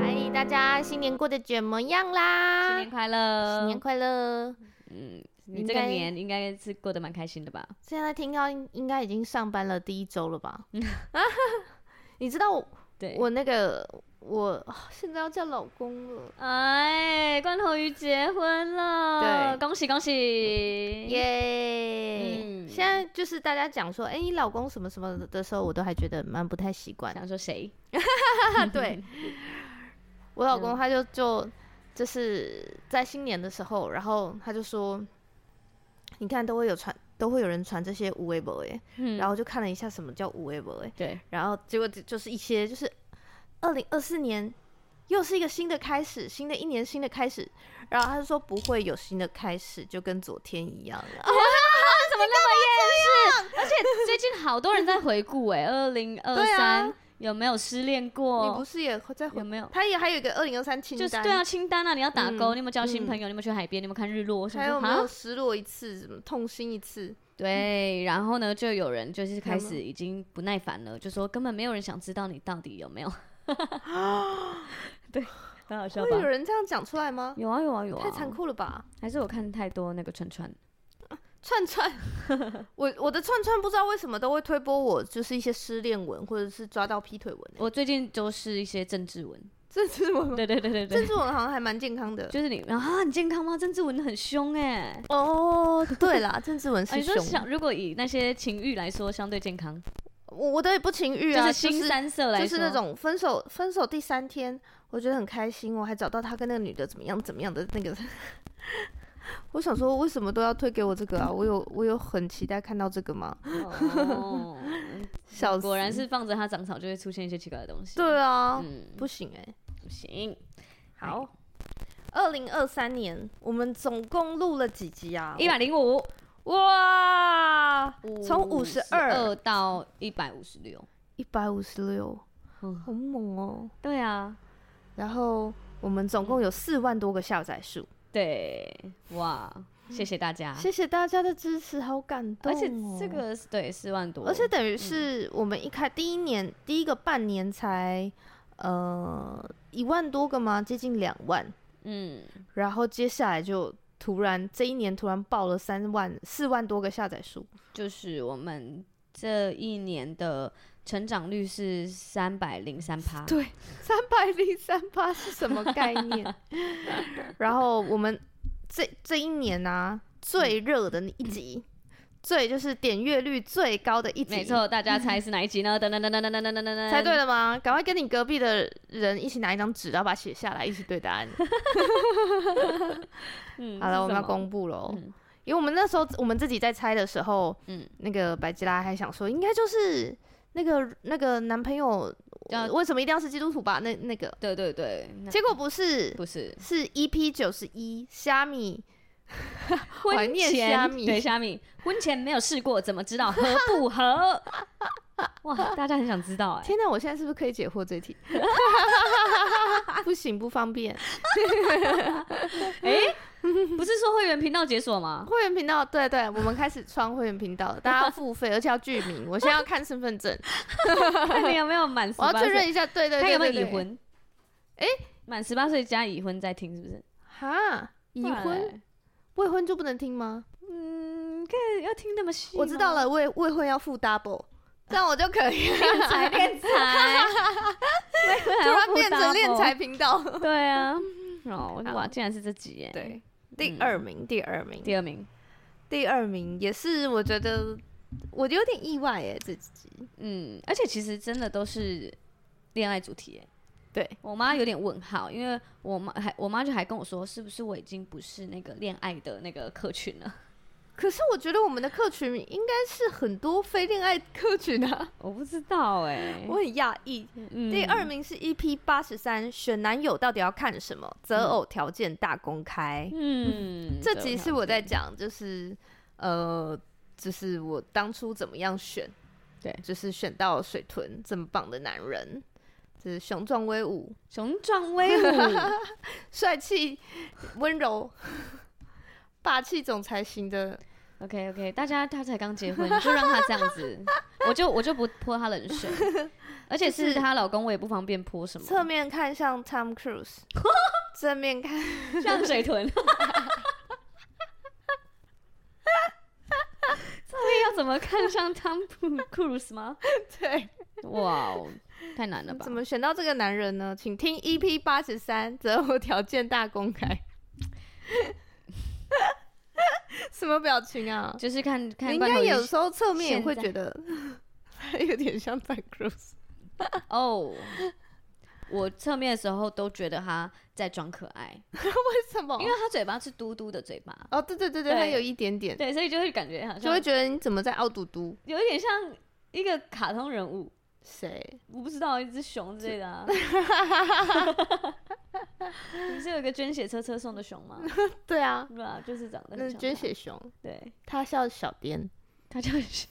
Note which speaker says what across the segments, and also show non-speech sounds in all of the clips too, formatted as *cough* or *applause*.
Speaker 1: 嗨，大家新年过得怎么样啦？
Speaker 2: 新年快乐！
Speaker 1: 新年快乐！
Speaker 2: 嗯，
Speaker 1: 应
Speaker 2: 你这个
Speaker 1: 该
Speaker 2: 年应该是过得蛮开心的吧？
Speaker 1: 现在听到应该已经上班了第一周了吧？
Speaker 2: 嗯
Speaker 1: *laughs* 你知道我
Speaker 2: 对，
Speaker 1: 我那个我啊现在要叫老公了，
Speaker 2: 哎，罐头鱼结婚了，
Speaker 1: 对
Speaker 2: 恭喜恭喜！
Speaker 1: 耶、
Speaker 2: 嗯
Speaker 1: 现在就是大家讲说，哎、你老公什么什么的时候，我都还觉得蛮不太习惯。
Speaker 2: *laughs* 想说谁？啊
Speaker 1: 对， *laughs* 我老
Speaker 2: 嗯
Speaker 1: 公他就就就是在新年的时候，然后他就说，你看都会有传，都会有人传这些无微博哎，
Speaker 2: 嗯
Speaker 1: 然后我就看了一下什么叫无微博哎，
Speaker 2: 对，
Speaker 1: 然后结果就就是一些就是二零二四年又是一个新的开始，新的一年新的开始。然后他就说不会有新的开始，就跟昨天一样了。
Speaker 2: 哦怎么那么厌世？而且最近好多人在回顾哎、二零二
Speaker 1: 对啊
Speaker 2: 三有没有失恋
Speaker 1: 你不
Speaker 2: 过？
Speaker 1: 是也在回
Speaker 2: 有？没有？
Speaker 1: 他也还有一个二零二三清
Speaker 2: 哦就
Speaker 1: 单，
Speaker 2: 是对啊，清单啊，你要打
Speaker 1: 嗯
Speaker 2: 勾。你有没有交新朋友？你有没有去海边？你有没有看日落？我想
Speaker 1: 还有
Speaker 2: 说
Speaker 1: 没有
Speaker 2: 哈，
Speaker 1: 失落一次，什么痛心一次？
Speaker 2: 对，然后呢，就有人就是开
Speaker 1: 有没
Speaker 2: 始已经不耐烦了，就说根本没有人想知道你到底有
Speaker 1: *laughs*
Speaker 2: 没有。对，啊很好笑
Speaker 1: 会
Speaker 2: 吧
Speaker 1: 有？人这样讲出来吗？
Speaker 2: 有啊有啊有啊！
Speaker 1: 太残！酷了吧！
Speaker 2: 还是我看太多那个串串？
Speaker 1: 串串，我我的串串不知道为什么都会推播我，就是一些失恋文或者是抓到劈腿文欸、
Speaker 2: 我最近就是一些政治文。
Speaker 1: 这是我
Speaker 2: 哦对对对对
Speaker 1: 郑
Speaker 2: 对，
Speaker 1: 志文好像还蛮健康的。
Speaker 2: 就是你然后啊，你健康吗？政治文很凶哎、
Speaker 1: 哦，对啦，郑志文
Speaker 2: *laughs* 啊、
Speaker 1: 是
Speaker 2: 你说
Speaker 1: 熊，
Speaker 2: 想，如果以那些情欲来说，相对健康，
Speaker 1: 我我的也不情欲
Speaker 2: 就
Speaker 1: 啊，
Speaker 2: 是
Speaker 1: 就
Speaker 2: 新
Speaker 1: 是
Speaker 2: 三色来
Speaker 1: 就
Speaker 2: 说，
Speaker 1: 是那种分手分手第三天，我觉得很开心，我还找到他跟那个女的怎么样怎么样的那个。 *laughs* 我想说，为什么都要推给我这个啊？我有我有很期待看到这个吗？
Speaker 2: 哦，
Speaker 1: 笑死，
Speaker 2: 果然是放着它长草就会出现一些奇怪的东西。，
Speaker 1: 对啊，哎
Speaker 2: 嗯，
Speaker 1: 不行哎、
Speaker 2: 不行，
Speaker 1: 好，二零二三年我们总共录了几集啊？
Speaker 2: 一百零五，
Speaker 1: 哇，从五十二
Speaker 2: 二到一百五十
Speaker 1: *laughs*
Speaker 2: 六，
Speaker 1: 一百五十六，
Speaker 2: 嗯
Speaker 1: 好猛哦！
Speaker 2: 对啊，
Speaker 1: 然后我们总共有四万多个下载数，
Speaker 2: 对，哇，谢谢大家，
Speaker 1: 谢谢大家的支持，好感动、
Speaker 2: 啊而
Speaker 1: 哦。
Speaker 2: 且这，个是对四万多，嗯
Speaker 1: 而且等于是我们一开第一年第一个半年才呃一万多个吗？接近两万，
Speaker 2: 嗯，
Speaker 1: 然后接下来就突然这一年突然爆了三万四万多个下载数。
Speaker 2: 就是我们这一年的成长率是三百零三趴，
Speaker 1: 对三百零三八是什么概念？ *laughs* 然后我们这这一年啊，
Speaker 2: 嗯
Speaker 1: 最热的一集，最就是点阅率最高的一集，
Speaker 2: 没，错，大家猜是哪一集呢？噔噔噔噔噔噔噔噔噔，
Speaker 1: 猜对了吗？赶快跟你隔壁的人一起拿一张纸，然后把它写下来，一起对答案。
Speaker 2: 嗯。
Speaker 1: 好了，我们要
Speaker 2: 攻。
Speaker 1: 公布喽。
Speaker 2: 嗯
Speaker 1: 因为我们那时候我们自己在猜的时候，嗯
Speaker 2: 嗯，
Speaker 1: 那个白吉拉还想说，应该就是那个那个男朋友
Speaker 2: 要
Speaker 1: 为什么一定要是基督徒吧？那那个
Speaker 2: 对对对，那
Speaker 1: 结果不是，
Speaker 2: 不是
Speaker 1: 是 EP 九十一虾米，怀
Speaker 2: 婚
Speaker 1: 念
Speaker 2: 前
Speaker 1: 虾米
Speaker 2: 对虾米，婚前没有试过，怎么
Speaker 1: *laughs*
Speaker 2: 知道合不合？哇，大家很想知
Speaker 1: *laughs*
Speaker 2: 道哎、
Speaker 1: 天哪！我现在是不是可以解惑
Speaker 2: *laughs*
Speaker 1: 这题？不行，不方便。
Speaker 2: 不是说会员频道解锁
Speaker 1: *laughs*
Speaker 2: 吗？
Speaker 1: 会员频道，对对，我们开始创会员频道了，大家要付费，而且要具名。我现在要看身份
Speaker 2: *laughs*
Speaker 1: 证，
Speaker 2: 哎看你有没有满十
Speaker 1: 我
Speaker 2: 八
Speaker 1: 要确
Speaker 2: 岁，
Speaker 1: 认一下，对对
Speaker 2: 他
Speaker 1: 对，
Speaker 2: 有没有
Speaker 1: 对
Speaker 2: 已？婚？哎，满十八岁加已婚再听是不是？
Speaker 1: 对哈，已婚未婚就不能听吗？
Speaker 2: 嗯，看要听那么细吗，
Speaker 1: 我知 *laughs* 道了，未未婚要付 double，这 *laughs* 样我就可以
Speaker 2: 练财练财，
Speaker 1: *laughs* 突然变成练财，频道。
Speaker 2: *laughs*
Speaker 1: *laughs*
Speaker 2: 对啊，哦
Speaker 1: 好
Speaker 2: 哇，竟然是这集耶，
Speaker 1: 对，第二名，第二名，
Speaker 2: 嗯第二名，
Speaker 1: 第二名也是，我觉得我有点意外哎，这集
Speaker 2: 嗯，而且其实真的都是恋爱主题耶，
Speaker 1: 对
Speaker 2: 我妈有点问号，因为
Speaker 1: *laughs*
Speaker 2: 我妈还我妈就还跟我说，是不是我已经不是那个恋爱的那个客群了？
Speaker 1: 可是我觉得我们的客群应该是很多非恋爱客群啊，
Speaker 2: 我不知道哎、
Speaker 1: 我很讶异。
Speaker 2: 嗯
Speaker 1: 第二，名是 EP 八十三，选男友到底要看什么？择偶条件大公开。
Speaker 2: 嗯，
Speaker 1: 这
Speaker 2: 对
Speaker 1: 集是我在讲，就是呃，就是我当初怎么样选，
Speaker 2: 对
Speaker 1: 就是选到水豚这么棒的男人，就是雄壮威武、
Speaker 2: 雄壮威武，
Speaker 1: *laughs* 帅气、温柔、 *laughs* 霸气总裁型的。
Speaker 2: OK OK，大家他才刚结婚，就让他这样子， *laughs* 我就我就不泼他冷水， *laughs* 而且
Speaker 1: 就是是
Speaker 2: 她老公，我也不方便泼什
Speaker 1: 侧
Speaker 2: 么，
Speaker 1: 面看像 Tom
Speaker 2: *laughs*
Speaker 1: Cruise，正面看
Speaker 2: 像水
Speaker 1: *laughs*
Speaker 2: 豚， *laughs* 这面要怎么看上汤姆克鲁斯吗？
Speaker 1: 对。
Speaker 2: 哇哦，太难了吧
Speaker 1: 怎？么选到这个男人呢？请听 EP 八十三择偶条件大公开。 *laughs* 什么表情啊？
Speaker 2: 就是看看
Speaker 1: 应
Speaker 2: 罐
Speaker 1: 该
Speaker 2: 头鱼
Speaker 1: 有时候侧面也
Speaker 2: 现
Speaker 1: 会
Speaker 2: 在
Speaker 1: 觉得 *laughs* 他有点像 Tom
Speaker 2: *laughs*
Speaker 1: Cruise。
Speaker 2: 哦。我侧面的时候都觉得他在装可爱，
Speaker 1: 为什么
Speaker 2: 因？为他嘴巴是嘟嘟的嘴巴，
Speaker 1: *laughs* 哦，对对对对，
Speaker 2: 对
Speaker 1: 他有一点点，
Speaker 2: 对，所以就会感觉好
Speaker 1: 就会
Speaker 2: 像
Speaker 1: 觉得你怎么在傲嘟嘟？
Speaker 2: 有一点像一个卡通人物，
Speaker 1: 谁？
Speaker 2: 我不知道一只熊之类的
Speaker 1: *laughs*
Speaker 2: 啊。 *laughs* 你是有一个捐血车车送的熊吗？
Speaker 1: 对啊，
Speaker 2: 对啊，就是长得
Speaker 1: 那是
Speaker 2: 很像
Speaker 1: 捐
Speaker 2: 它，
Speaker 1: 血熊，
Speaker 2: 对，
Speaker 1: 他叫小颠，
Speaker 2: 它叫 *laughs* 熊。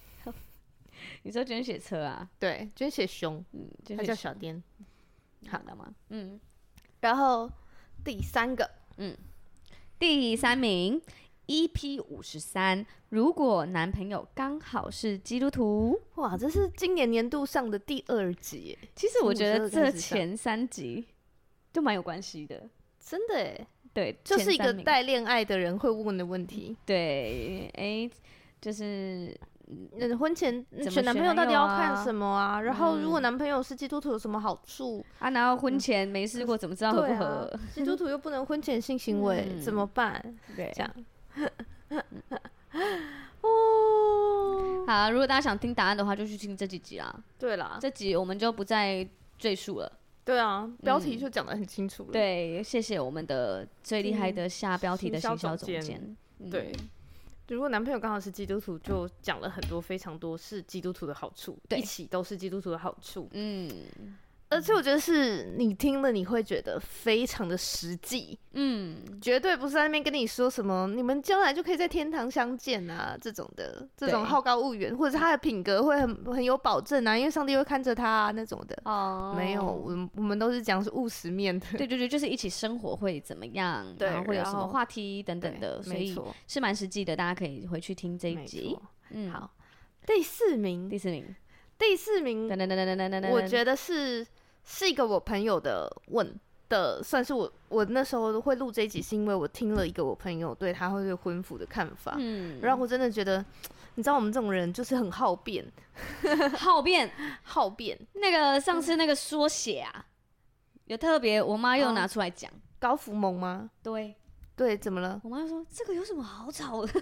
Speaker 2: 你说捐血车啊？
Speaker 1: 对，捐血熊，
Speaker 2: 嗯，捐
Speaker 1: 他
Speaker 2: 血
Speaker 1: 叫
Speaker 2: 车
Speaker 1: 小颠。
Speaker 2: 你看到吗？嗯，
Speaker 1: 然后第三个，
Speaker 2: 第三名。EP 五十三，如果男朋友刚好是基督徒，
Speaker 1: 哇，这是今年年度上的第二集耶，
Speaker 2: 其实我觉得
Speaker 1: 52跟
Speaker 2: 这
Speaker 1: 13
Speaker 2: 前三集就蛮有关系的。
Speaker 1: 真的哎，
Speaker 2: 对，
Speaker 1: 就是
Speaker 2: 前
Speaker 1: 一
Speaker 2: 三
Speaker 1: 个
Speaker 2: 名
Speaker 1: 带恋爱的人会问的问题。
Speaker 2: 对，哎、就是
Speaker 1: 那婚前嗯
Speaker 2: 怎么
Speaker 1: 选男
Speaker 2: 选
Speaker 1: 朋友到
Speaker 2: 男
Speaker 1: 底
Speaker 2: 友
Speaker 1: 要
Speaker 2: 啊嗯
Speaker 1: 看什么啊？然后如果男朋友是基督徒有什么好处？
Speaker 2: 啊，然后婚前没试过，怎么知道合
Speaker 1: 对
Speaker 2: 不
Speaker 1: 啊
Speaker 2: 合？， *laughs*
Speaker 1: 基督徒又不能婚前性行为，
Speaker 2: 嗯
Speaker 1: 怎么办？
Speaker 2: 对
Speaker 1: 这样哦，
Speaker 2: 好，如果大家想听答案的话，就去听这几集啦。
Speaker 1: 对啦，
Speaker 2: 这集我们就不再赘述了。
Speaker 1: 对啊，标题
Speaker 2: 嗯
Speaker 1: 就讲得很清楚了。
Speaker 2: 对，谢谢我们的最厉害的下标题的
Speaker 1: 嗯行销
Speaker 2: 行
Speaker 1: 总
Speaker 2: 销总
Speaker 1: 监
Speaker 2: 监。嗯
Speaker 1: 对，如果男朋友刚好是基督徒，就讲了很多非常多是基督徒的好处，
Speaker 2: 对
Speaker 1: 一起都是基督徒的好处。
Speaker 2: 嗯
Speaker 1: 而且我觉得是你听了你会觉得非常的实际，
Speaker 2: 嗯，
Speaker 1: 绝对不是在那边跟你说什么，你们将来就可以在天堂相见啊，这种的，这种
Speaker 2: 对
Speaker 1: 好高骛远，或者是他的品格会很很有保证啊，因为上帝会看着他啊那种的。
Speaker 2: 哦，
Speaker 1: 没有，我。们我们都是讲是务实面的， *laughs*
Speaker 2: 对对对，就是一起生活会怎么样，
Speaker 1: 对
Speaker 2: 然后会有什
Speaker 1: 然
Speaker 2: 么
Speaker 1: 后
Speaker 2: 话题等等的，所
Speaker 1: 没
Speaker 2: 以
Speaker 1: 错，
Speaker 2: 是蛮实际的，大家可以回去听这一
Speaker 1: 没
Speaker 2: 集
Speaker 1: 错。
Speaker 2: 嗯，
Speaker 1: 好，第四名，
Speaker 2: 第四名，
Speaker 1: 第四名
Speaker 2: 等，等等等等等等，
Speaker 1: 我觉得是是一个我朋友的问的，算是我我那时候会录这一集，是因为我听了一个我朋友对他会对婚服的看法，
Speaker 2: 嗯，
Speaker 1: 然后我真的觉得，你知道我们这种人就是很好辩，
Speaker 2: 好变，
Speaker 1: 好辩，
Speaker 2: 那个上次那个缩写啊，有特别，我妈又拿出来讲。
Speaker 1: 高福蒙吗？
Speaker 2: 对
Speaker 1: 哦对，怎么了？
Speaker 2: 我妈就说这个有什么好吵的？ *laughs*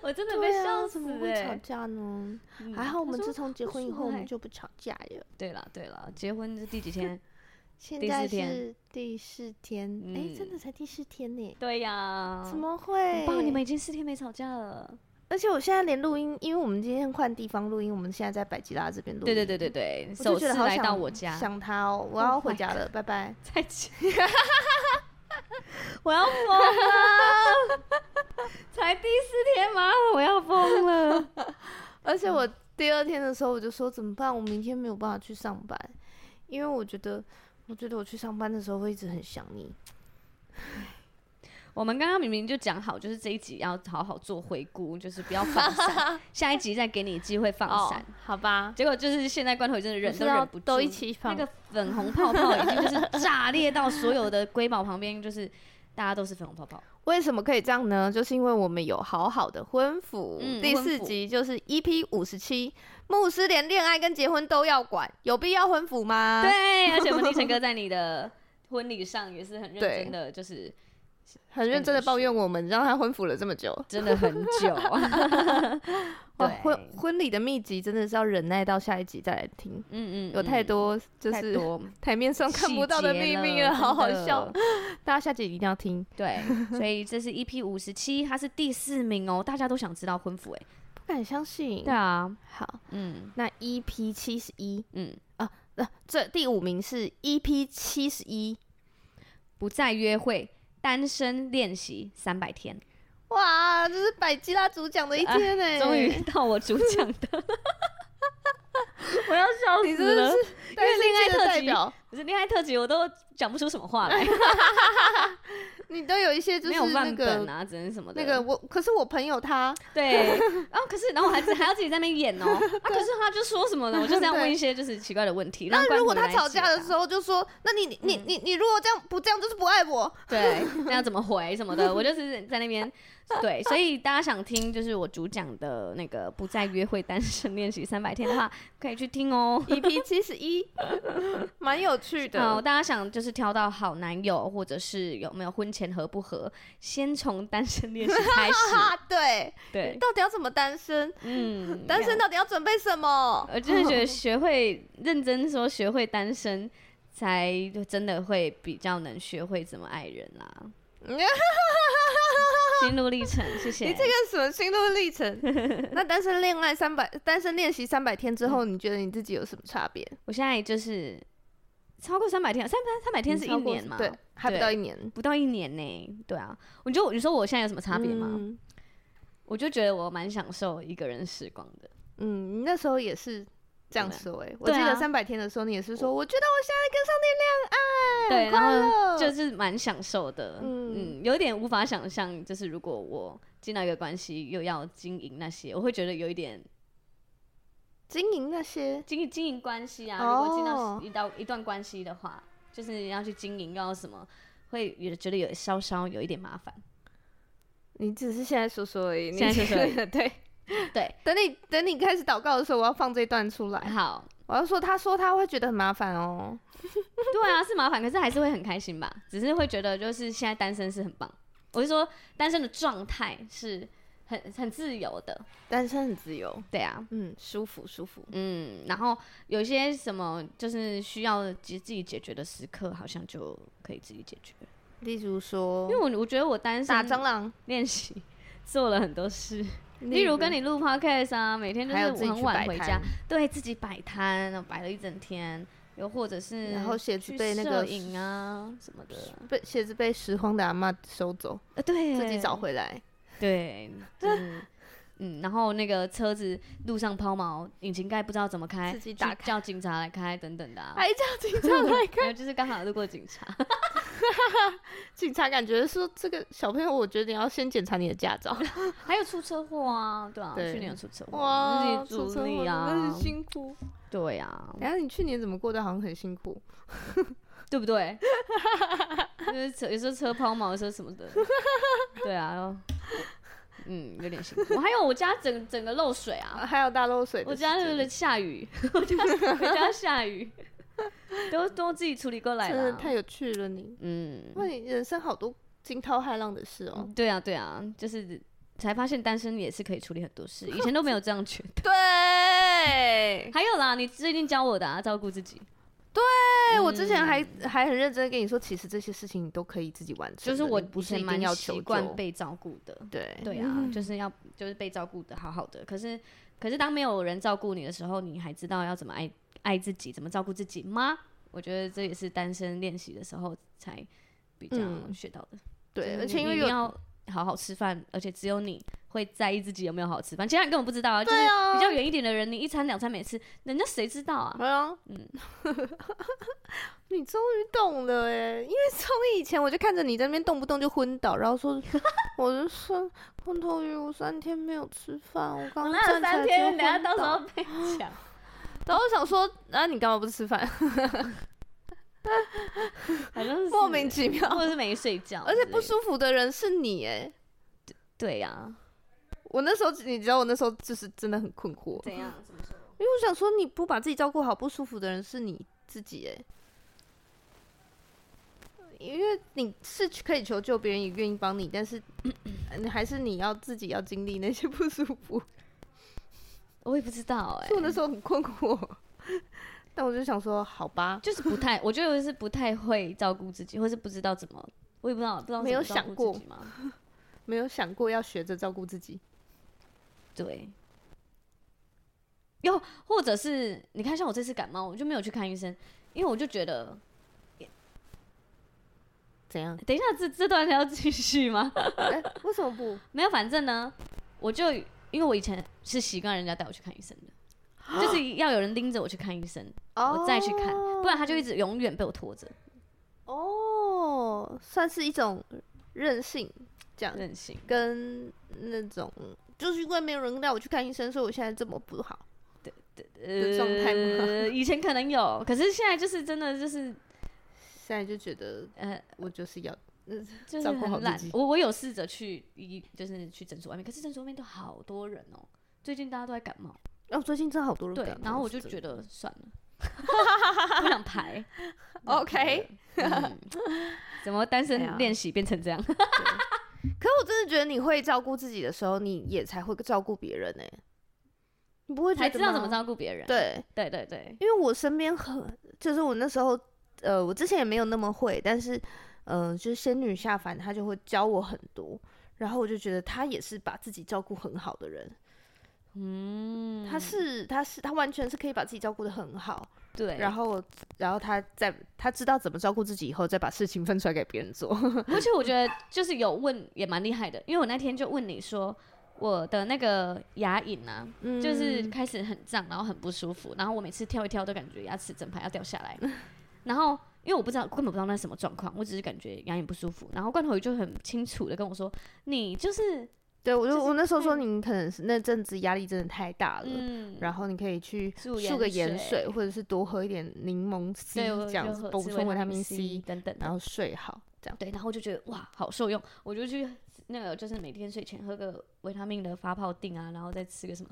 Speaker 2: 我真的被笑死
Speaker 1: 啊怎么会吵
Speaker 2: 哎、
Speaker 1: 架呢？
Speaker 2: 嗯
Speaker 1: 还好我们
Speaker 2: 她说
Speaker 1: 自从结婚以
Speaker 2: 她
Speaker 1: 后，
Speaker 2: 说
Speaker 1: 我们
Speaker 2: 哎
Speaker 1: 就不吵架了。
Speaker 2: 对了对了，结婚是第几天？
Speaker 1: 现
Speaker 2: 第
Speaker 1: 在
Speaker 2: 四天
Speaker 1: 是第四天，哎、
Speaker 2: 嗯
Speaker 1: 真的才第四天呢？
Speaker 2: *laughs* 对呀、
Speaker 1: 怎？么会？
Speaker 2: 爸，你们已经四天没吵架了。
Speaker 1: 而且我现在连录音，因为我们今天换地方录音，我们现在在百吉拉这边录音。
Speaker 2: 对对对对对，
Speaker 1: 我就
Speaker 2: 首
Speaker 1: 觉
Speaker 2: 次
Speaker 1: 得好
Speaker 2: 来
Speaker 1: 想
Speaker 2: 到我家，
Speaker 1: 想他哦，我要
Speaker 2: Oh my
Speaker 1: 回家了，拜拜。
Speaker 2: 再见。 *laughs* 我要疯了！ *laughs* 才第四天吗？我要疯了！
Speaker 1: 而且
Speaker 2: 嗯
Speaker 1: 我第二天的时候，我就说怎么办？我明天没有办法去上班，因为我觉得，我觉得我去上班的时候会一直很想你。
Speaker 2: *laughs* 我们刚刚明明就讲好，就是这一集要好好做回顾，就是不要放 *laughs* 闪，下一集再给你机会放闪。
Speaker 1: 哦好吧，
Speaker 2: 结果就是现在关头真的忍
Speaker 1: 不
Speaker 2: 都
Speaker 1: 是要
Speaker 2: 忍不住，
Speaker 1: 都一起放
Speaker 2: 那个粉红泡泡已经就是炸裂到所有的瑰宝旁边，就是大家都是粉红
Speaker 1: *laughs*
Speaker 2: 泡泡。
Speaker 1: 为什么可以这样呢？就是因为我们有好好的婚服，
Speaker 2: 嗯
Speaker 1: 第四集就是 EP 五十七，牧师连恋爱跟结婚都要管，有必要婚服吗？，
Speaker 2: 对，而且我们立成哥在你的婚礼上也是很认真的，就是
Speaker 1: 很认真的抱怨我们让他婚服了这么久。
Speaker 2: 真的很
Speaker 1: *laughs*
Speaker 2: 久。嗯
Speaker 1: 哇，
Speaker 2: 对
Speaker 1: 婚婚礼的秘籍真的是要忍耐到下一集再来听，
Speaker 2: 嗯嗯，
Speaker 1: 有太
Speaker 2: 嗯
Speaker 1: 多就
Speaker 2: 太
Speaker 1: 是
Speaker 2: 多
Speaker 1: 台面上看不到的
Speaker 2: 细节
Speaker 1: 秘密
Speaker 2: 了，
Speaker 1: 好好
Speaker 2: 真的
Speaker 1: 笑。大家下集一定要听，
Speaker 2: 对，所以这是 EP 五十七，它是第四名哦，大家都想知道婚服哎、
Speaker 1: 不敢相信。
Speaker 2: 对啊，
Speaker 1: 好，
Speaker 2: 嗯
Speaker 1: 那 EP 七十一，啊
Speaker 2: 嗯，
Speaker 1: 那这第五名是 EP 七十一，
Speaker 2: 不再约会，单身练习三百天，
Speaker 1: 哇，这是百吉拉主讲的一天呢、
Speaker 2: 啊
Speaker 1: 欸
Speaker 2: 终于到我主讲的， *laughs* 我要笑
Speaker 1: 你
Speaker 2: 死
Speaker 1: 真的
Speaker 2: 了。
Speaker 1: 是单身界的代表，
Speaker 2: 可是恋爱特辑我都讲不出什么话来，
Speaker 1: 你都有一些哎就
Speaker 2: 没有
Speaker 1: 是那
Speaker 2: 范本
Speaker 1: 个。
Speaker 2: 啊，只能什么的。
Speaker 1: 那个我，可是我朋友他，
Speaker 2: 对， *laughs* 然后可是然后我还自还要自己在那边演
Speaker 1: *laughs*
Speaker 2: 哦，啊可是他就说什么呢？我就这样问一些就是奇怪的问
Speaker 1: *laughs*
Speaker 2: 题。
Speaker 1: 那如果他
Speaker 2: 他
Speaker 1: 吵架的时候就说，那你你
Speaker 2: 嗯
Speaker 1: 你你你如果这样不这样就是不爱
Speaker 2: *laughs*
Speaker 1: 我，
Speaker 2: 对，那要怎么回什么的， *laughs* 我就是在那边对，所以大家想听就是我主讲的那个不再约会单身练习三百天的话，可以去听哦。
Speaker 1: EP 七十一， *laughs* 蛮有趣
Speaker 2: 好，
Speaker 1: 的。
Speaker 2: 大家想就是挑到好男友，或者是有没有婚前合不合，先从单身练习
Speaker 1: *laughs*
Speaker 2: 开始。
Speaker 1: 哈，对，
Speaker 2: 对，
Speaker 1: 到底要怎么单身？
Speaker 2: 嗯，
Speaker 1: 单身到底要准备什么？
Speaker 2: 我呃真的觉得学会认真说学会单身，才就真的会比较能学会怎么爱人
Speaker 1: *laughs*
Speaker 2: 啦。心路历程，谢谢。
Speaker 1: 你这个什么心路历
Speaker 2: *laughs*
Speaker 1: 程？那单身恋爱三百，单身练习三百天之后，
Speaker 2: 嗯
Speaker 1: 你觉得你自己有什么差别？
Speaker 2: 我现在就是超过三百天，三百三百天是一
Speaker 1: 嗯超过
Speaker 2: 年嘛？
Speaker 1: 对，，还不
Speaker 2: 对
Speaker 1: 到一年。
Speaker 2: 不到一年呢、对啊，我就你说我现在有什么差别吗？
Speaker 1: 嗯
Speaker 2: 我就觉得我蛮享受一个人时光的。
Speaker 1: 嗯，你那时候也是这样说哎、我
Speaker 2: 对
Speaker 1: 记
Speaker 2: 啊
Speaker 1: 得三百天的时候，你也是说，我觉得我现在
Speaker 2: 对，
Speaker 1: 跟上帝恋爱，很
Speaker 2: 然
Speaker 1: 快
Speaker 2: 后
Speaker 1: 乐
Speaker 2: 就是蛮享受的，
Speaker 1: 嗯
Speaker 2: 嗯有点无法想象，就是如果我进到一个关系，又要经营那些，我会觉得有一点
Speaker 1: 经营那些，
Speaker 2: 经营经营关系啊。
Speaker 1: 哦
Speaker 2: 如果进到一到一段关系的话，就是你要去经营，又要什么，会有觉得有稍稍有一点麻烦。
Speaker 1: 你只是现在说说而已。你
Speaker 2: 现在说说
Speaker 1: *laughs*
Speaker 2: 而
Speaker 1: 对啊
Speaker 2: 对，
Speaker 1: 等你等你开始祷告的时候，我要放这一段出来。
Speaker 2: 好，
Speaker 1: 我要说，他说他会觉得很麻烦哦。
Speaker 2: 对啊，是麻烦，可是还是会很开心吧。只是会觉得就是现在单身是很棒，我是说单身的状态是很很自由的，
Speaker 1: 单身很自由，
Speaker 2: 对啊。
Speaker 1: 嗯，舒服舒服。
Speaker 2: 嗯，然后有一些什么就是需要自自己解决的时刻，好像就可以自己解决。
Speaker 1: 例如说
Speaker 2: 因为，我我觉得我单
Speaker 1: 哦打
Speaker 2: 身
Speaker 1: 蟑螂，
Speaker 2: 练习做了很多事，例如跟你录 podcast 啊，每天就
Speaker 1: 还有
Speaker 2: 是
Speaker 1: 自己
Speaker 2: 很
Speaker 1: 去
Speaker 2: 晚
Speaker 1: 摆
Speaker 2: 回
Speaker 1: 摊
Speaker 2: 家，，对自己摆摊，然后摆了一整天，又或者是
Speaker 1: 然后鞋子
Speaker 2: 去
Speaker 1: 被那
Speaker 2: 摄
Speaker 1: 个
Speaker 2: 影啊什么的，
Speaker 1: 被鞋子被拾荒的阿妈收走，
Speaker 2: 呃，对，
Speaker 1: 自己找回来。
Speaker 2: 对，就是嗯，然后那个车子路上抛锚，引擎盖不知道怎么开，
Speaker 1: 自己
Speaker 2: 去
Speaker 1: 打开
Speaker 2: 叫警察来开等等的、啊。
Speaker 1: 还叫警察来看，
Speaker 2: 没有，就是刚好路过警察，
Speaker 1: 警察感觉说这个小朋友，我觉得你要先检查你的驾
Speaker 2: *laughs*
Speaker 1: 照。
Speaker 2: 还有出车祸啊，对啊，
Speaker 1: 对
Speaker 2: 去年有出车祸，
Speaker 1: 哇，
Speaker 2: 自己
Speaker 1: 出
Speaker 2: 处
Speaker 1: 车祸
Speaker 2: 理
Speaker 1: 真的
Speaker 2: 啊
Speaker 1: 是，辛苦。
Speaker 2: 对啊，
Speaker 1: 然后你去年怎么过得好像很辛苦？
Speaker 2: 对不对？ *laughs* 就是车有时候车抛锚，有时候什么的，对啊，然后嗯，有点辛苦。还有我家整整个漏水啊，
Speaker 1: 还有大漏水的
Speaker 2: 我
Speaker 1: 时间，
Speaker 2: 家就是下雨，我家我家下雨， *laughs* 都都自己处理过来
Speaker 1: 真的
Speaker 2: 了。
Speaker 1: 太有趣了你。
Speaker 2: 嗯，
Speaker 1: 哇，你人生好多惊涛骇浪的事
Speaker 2: *laughs*
Speaker 1: 哦。
Speaker 2: 对啊，对啊，就是才发现单身也是可以处理很多事，以前都没有这样觉得。 *laughs*
Speaker 1: 对，
Speaker 2: 还有啦，你最近教我的啊，照顾自己，
Speaker 1: 对我之前还还很认真地跟你说，其实这些事情你都可以自己完成的，
Speaker 2: 就是我
Speaker 1: 你不是
Speaker 2: 以
Speaker 1: 一
Speaker 2: 前
Speaker 1: 定
Speaker 2: 蛮
Speaker 1: 要求
Speaker 2: 习
Speaker 1: 救
Speaker 2: 惯被照顾的。
Speaker 1: 对
Speaker 2: 对啊，就是要就是被照顾的好好的。可是可是当没有人照顾你的时候，你还知道要怎么爱爱自己，怎么照顾自己吗？我觉得这也是单身练习的时候才比较
Speaker 1: 嗯
Speaker 2: 学到的。
Speaker 1: 对，
Speaker 2: 就是
Speaker 1: 而且
Speaker 2: 你
Speaker 1: 因为
Speaker 2: 你一定
Speaker 1: 有
Speaker 2: 要好好吃饭，而且只有你会在意自己有没有好好吃饭，其他人根本不知道啊。就是
Speaker 1: 对啊
Speaker 2: 比较远一点的人，你一餐两餐没吃，人家谁知道啊？
Speaker 1: 啊，嗯， *laughs* 你终于懂了哎，因为从以前我就看着你在那边动不动就昏倒，然后
Speaker 2: *laughs*
Speaker 1: 说，我就说空头鱼，我三天没有吃饭，我刚站
Speaker 2: 那
Speaker 1: 起来
Speaker 2: 三
Speaker 1: 就
Speaker 2: 天，
Speaker 1: 昏
Speaker 2: 等下到时候
Speaker 1: 倒，
Speaker 2: 被
Speaker 1: *laughs*
Speaker 2: 抢。
Speaker 1: 然后我想说，啊，你干嘛不吃
Speaker 2: *laughs*
Speaker 1: 饭？
Speaker 2: 好像是
Speaker 1: 莫名其妙，
Speaker 2: 或者是没睡觉之
Speaker 1: 而
Speaker 2: 类的，
Speaker 1: 且不舒服的人是你哎。
Speaker 2: 对啊呀，
Speaker 1: 我那时候，你知道，我那时候就是真的很困惑，
Speaker 2: 怎样？怎么说？
Speaker 1: 因为我想说，你不把自己照顾好，不舒服的人是你自己哎、因为你是可以求救，别人也愿意帮你，但是你还是你要自己要经历那些 *laughs* 不舒服。
Speaker 2: 我也不知道哎、
Speaker 1: 所以我那时候很困惑， *laughs* 但我就想说，好吧，
Speaker 2: 就是不太，我觉得我是不太会照顾自己，或是不知道怎么，我也不知道不知道
Speaker 1: 没有
Speaker 2: 怎么照
Speaker 1: 想
Speaker 2: 顾
Speaker 1: 过
Speaker 2: 自己吗？
Speaker 1: 没有想过要学着照顾自己。
Speaker 2: 对。又或者是你看，像我这次感冒，我就没有去看医生，因为我就觉得，
Speaker 1: 怎样？
Speaker 2: 等一下这这段要继续吗？ *laughs*
Speaker 1: 哎、为什么不？
Speaker 2: 没有，反正呢，我就因为我以前是习惯人家带我去看医生的，
Speaker 1: *gasps*
Speaker 2: 就是要有人拎着我去看医生， *laughs* 我再去看，不然他就一直永远被我拖着，
Speaker 1: 哦，算是一种任性，这样
Speaker 2: 任性。
Speaker 1: 跟那种就是因为没有人带我去看医生，所以我现在这么不好。的状态吗
Speaker 2: 呃，以前可能有，可是现在就是真的就是
Speaker 1: 现在就觉得
Speaker 2: 呃，
Speaker 1: 我就是要
Speaker 2: 就是
Speaker 1: 照顾好
Speaker 2: 很
Speaker 1: 自
Speaker 2: 懒
Speaker 1: 己。
Speaker 2: 我我有试着去医，就是去诊所外面，可是诊所外面都好多人哦、最近大家都在感冒，
Speaker 1: 哦，最近真的好多人
Speaker 2: 对
Speaker 1: 感，冒
Speaker 2: 然后我
Speaker 1: 是
Speaker 2: 就
Speaker 1: 真
Speaker 2: 觉得算了， *laughs* 不想
Speaker 1: *laughs*
Speaker 2: 排。不想
Speaker 1: OK
Speaker 2: 排了嗯怎么单
Speaker 1: 哎呀
Speaker 2: 身练习变成这样？
Speaker 1: 可我真的觉得你会照顾自己的时候，你也才会照顾别人呢、欸你不会觉
Speaker 2: 才
Speaker 1: 得
Speaker 2: 知道
Speaker 1: 吗
Speaker 2: 怎么照顾别人。
Speaker 1: 对，
Speaker 2: 对对对，
Speaker 1: 因为我身边很，就是我那时候，呃，我之前也没有那么会，但是，嗯、就是仙女下凡，她就会教我很多，然后我就觉得她也是把自己照顾很好的人，
Speaker 2: 嗯，
Speaker 1: 她是，她是，她完全是可以把自己照顾的很好，
Speaker 2: 对。
Speaker 1: 然后，然后她再，她知道怎么照顾自己以后，再把事情分出来给别人做， *laughs*
Speaker 2: 而且我觉得就是有问也蛮厉害的，因为我那天就问你说我的那个牙龈啊，
Speaker 1: 嗯
Speaker 2: 就是开始很胀，然后很不舒服，然后我每次跳一跳都感觉牙齿整排要掉下来，然后。因为我不知道，根本不知道那是什么状况，我只是感觉牙龈不舒服。然后罐头鱼就很清楚的跟我说：“你就是，
Speaker 1: 对我就
Speaker 2: 就是
Speaker 1: 我那时候说
Speaker 2: 太
Speaker 1: 你可能是那阵子压力真的太大了，
Speaker 2: 嗯，
Speaker 1: 然后你可以去
Speaker 2: 漱
Speaker 1: 漱个
Speaker 2: 盐
Speaker 1: 盐
Speaker 2: 水
Speaker 1: 水，或者是多喝一点柠檬 C
Speaker 2: 对，我
Speaker 1: 这样
Speaker 2: 就
Speaker 1: 子
Speaker 2: 喝
Speaker 1: 补
Speaker 2: 吃
Speaker 1: 充维他命
Speaker 2: C
Speaker 1: C，
Speaker 2: 等等的。
Speaker 1: 然后睡好这样。
Speaker 2: 对，然后我就觉得哇，好受用，我就去那个就是每天睡前喝个维他命的发泡锭啊，然后再吃个什么，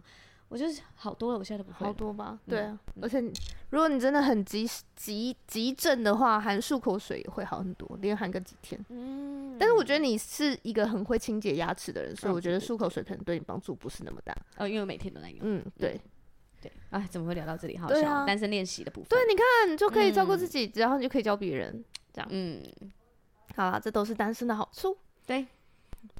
Speaker 2: 我就是好多了，我现在都不会
Speaker 1: 好
Speaker 2: 了。
Speaker 1: 多吧，对啊，
Speaker 2: 嗯
Speaker 1: 而且你如果你真的很急急急症的话，含漱口水也会好很多，连含个几天。
Speaker 2: 嗯，
Speaker 1: 但是我觉得你是一个很会清洁牙齿的人，所以
Speaker 2: 嗯
Speaker 1: 我觉得
Speaker 2: 对
Speaker 1: 漱口水可能对你帮助不是那么大。
Speaker 2: 哦，因为我每天都在用。
Speaker 1: 嗯，对，
Speaker 2: 对，哎，怎么会聊到这里？好
Speaker 1: 对
Speaker 2: 笑哦，
Speaker 1: 啊
Speaker 2: 单身练习的部分。
Speaker 1: 对，你看你就可以照顾自己，然后你就可以教别人。
Speaker 2: 嗯，
Speaker 1: 好啊啦，这都是单身的好处。
Speaker 2: 对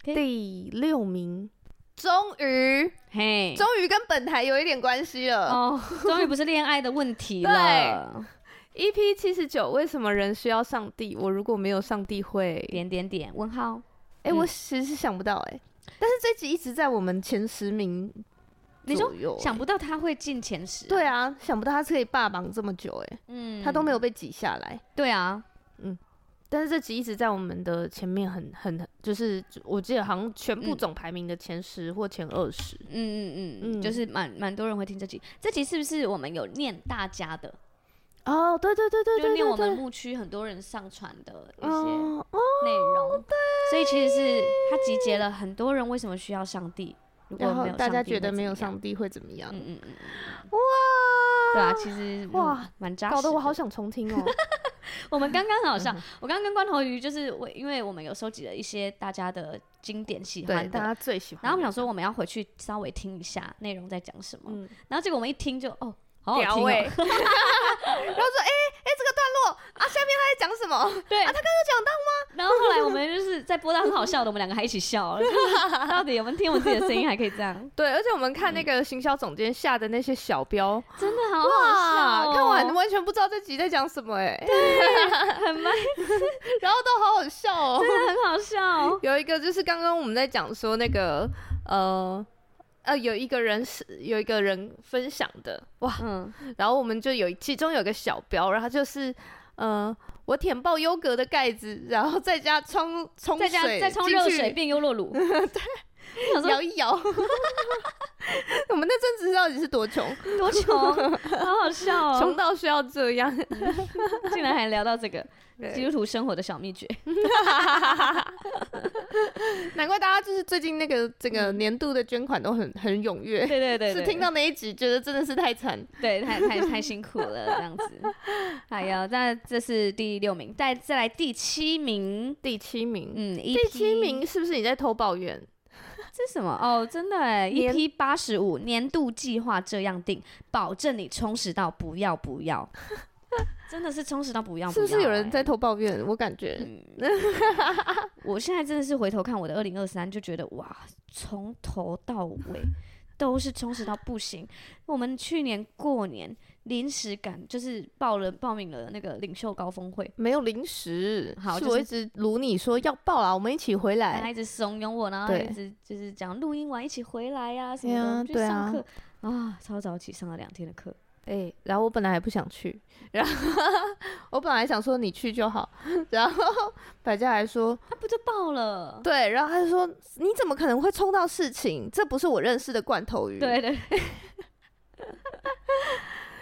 Speaker 2: ，OK
Speaker 1: 第六名，终于
Speaker 2: 嘿，
Speaker 1: 终于跟本台有一点关系了。
Speaker 2: 哦， *laughs* 终于不是恋爱的问题
Speaker 1: 对
Speaker 2: 了。
Speaker 1: EP E 七十九，为什么人需要上帝？我如果没有上帝会，
Speaker 2: 点点点，问号。
Speaker 1: 哎、
Speaker 2: 嗯
Speaker 1: 我其实是想不到哎、但是这集一直在我们前十名
Speaker 2: 你说
Speaker 1: 左右、
Speaker 2: 想不到他会进前十。
Speaker 1: 对，啊，想不到他可以霸榜这么久哎、
Speaker 2: 嗯，
Speaker 1: 他都没有被挤下来。
Speaker 2: 对啊，
Speaker 1: 但是这集一直在我们的前面很，很就是我记得好像全部
Speaker 2: 嗯
Speaker 1: 总排名的前十或前二十、
Speaker 2: 嗯嗯嗯，
Speaker 1: 嗯
Speaker 2: 就是蛮蛮多人会听这集。这集是不是我们有念大家的？
Speaker 1: 哦，对对对对
Speaker 2: 就
Speaker 1: 对
Speaker 2: 念我
Speaker 1: 对
Speaker 2: 们
Speaker 1: 对，
Speaker 2: 牧区很多人上传的一些
Speaker 1: 哦哦，
Speaker 2: 内容，所以其实是它集结了很多人为什么需要上帝，如果
Speaker 1: 然后
Speaker 2: 没有
Speaker 1: 大
Speaker 2: 上
Speaker 1: 家
Speaker 2: 帝
Speaker 1: 觉得
Speaker 2: 会
Speaker 1: 没有
Speaker 2: 怎么样
Speaker 1: 上，帝会怎么样？
Speaker 2: 嗯嗯嗯嗯，
Speaker 1: 哇，
Speaker 2: 对啊，其实哇
Speaker 1: 哇
Speaker 2: 蛮扎实，
Speaker 1: 搞得我好，想重听哦。 *laughs*
Speaker 2: 我们刚刚很好笑，我刚刚跟关头鱼就是我，因为我们有收集了一些大家的经典喜
Speaker 1: 对，
Speaker 2: 欢
Speaker 1: 大
Speaker 2: 的。
Speaker 1: 家最喜欢。
Speaker 2: 然后我们想说，我们要回去稍微听一下内容在讲什么，
Speaker 1: 嗯，
Speaker 2: 然后结果我们一听就哦，好好听
Speaker 1: 屌
Speaker 2: 哦、
Speaker 1: 欸 *laughs* 然后说，哎、哎、这个段落啊，下面他在讲什么？
Speaker 2: 对啊，他刚刚讲到吗？然后后来我们就是在播到很好笑的，我们两个还一起笑，就是 *laughs* 到底有没有听我自己的声音还可以这样，
Speaker 1: 对，而且我们看那个行销总监下的那些小标，
Speaker 2: *laughs* 真的好好笑、哦，
Speaker 1: 看完完全不知道这集在讲什么哎、 *laughs*
Speaker 2: 很慢，
Speaker 1: 然后都好好笑哦。
Speaker 2: 真的很好笑。
Speaker 1: 有一个就是刚刚我们在讲说那个呃呃，有一个人是有一个人分享的哇，
Speaker 2: 嗯，
Speaker 1: 然后我们就有其中有一个小标，然后就是呃。我舔爆优格的盖子，然后再加冲冲
Speaker 2: 再
Speaker 1: 水
Speaker 2: 加再冲
Speaker 1: 进
Speaker 2: 热
Speaker 1: 去
Speaker 2: 水变优酪 *laughs* 乳，对，我想
Speaker 1: 摇
Speaker 2: 说
Speaker 1: 一摇。 *laughs* 我们那阵子到底是多穷，
Speaker 2: 多 *laughs* 穷，好好笑
Speaker 1: 穷
Speaker 2: 哦，
Speaker 1: 到需要这样？
Speaker 2: *laughs* 竟然还聊到这个基
Speaker 1: 对
Speaker 2: 督徒生活的小秘诀。
Speaker 1: 难怪大家就是最近那个这个年度的捐款都很很踊跃，
Speaker 2: 对对对对，
Speaker 1: 是听到那一集觉得真的是太惨。
Speaker 2: 对，太太太辛苦了，这样子。哎呀，那这是第六名，再再来第七名，
Speaker 1: 第七名，
Speaker 2: 嗯，第
Speaker 1: 第七名是不是你在偷抱怨？
Speaker 2: 这是什么？哦，真的哎
Speaker 1: 年
Speaker 2: ，EP 八十五年度计划这样定，保证你充实到不要不要， *laughs* 真的是充实到不要不
Speaker 1: 是
Speaker 2: 要、
Speaker 1: 不是有人
Speaker 2: 哎
Speaker 1: 在？偷抱怨？我感觉
Speaker 2: 嗯，我现在真的是回头看我的二零二三，就觉得哇，从头到尾都是充实到不行。我们去年过年临时赶，就是报了报名了那个领袖高峰会，
Speaker 1: 没有零食，
Speaker 2: 好
Speaker 1: 是
Speaker 2: 就是
Speaker 1: 我一直撸你说要抱啦，我们一起回
Speaker 2: 然后他
Speaker 1: 来。
Speaker 2: 一直怂恿我，然后
Speaker 1: 对
Speaker 2: 一直就是讲录音完一起回来呀、什么
Speaker 1: 对
Speaker 2: 的，
Speaker 1: 啊
Speaker 2: 我
Speaker 1: 对
Speaker 2: 们去
Speaker 1: 啊
Speaker 2: 上课啊超早起上了两天的课，
Speaker 1: 哎、然后我本来还不想去，然后 *laughs* 我本来想说你去就好，然后百佳还说
Speaker 2: 他不就爆了？
Speaker 1: 对，然后他就说你怎么可能会冲到事情？这不是我认识的罐头鱼。
Speaker 2: 对对对
Speaker 1: *laughs*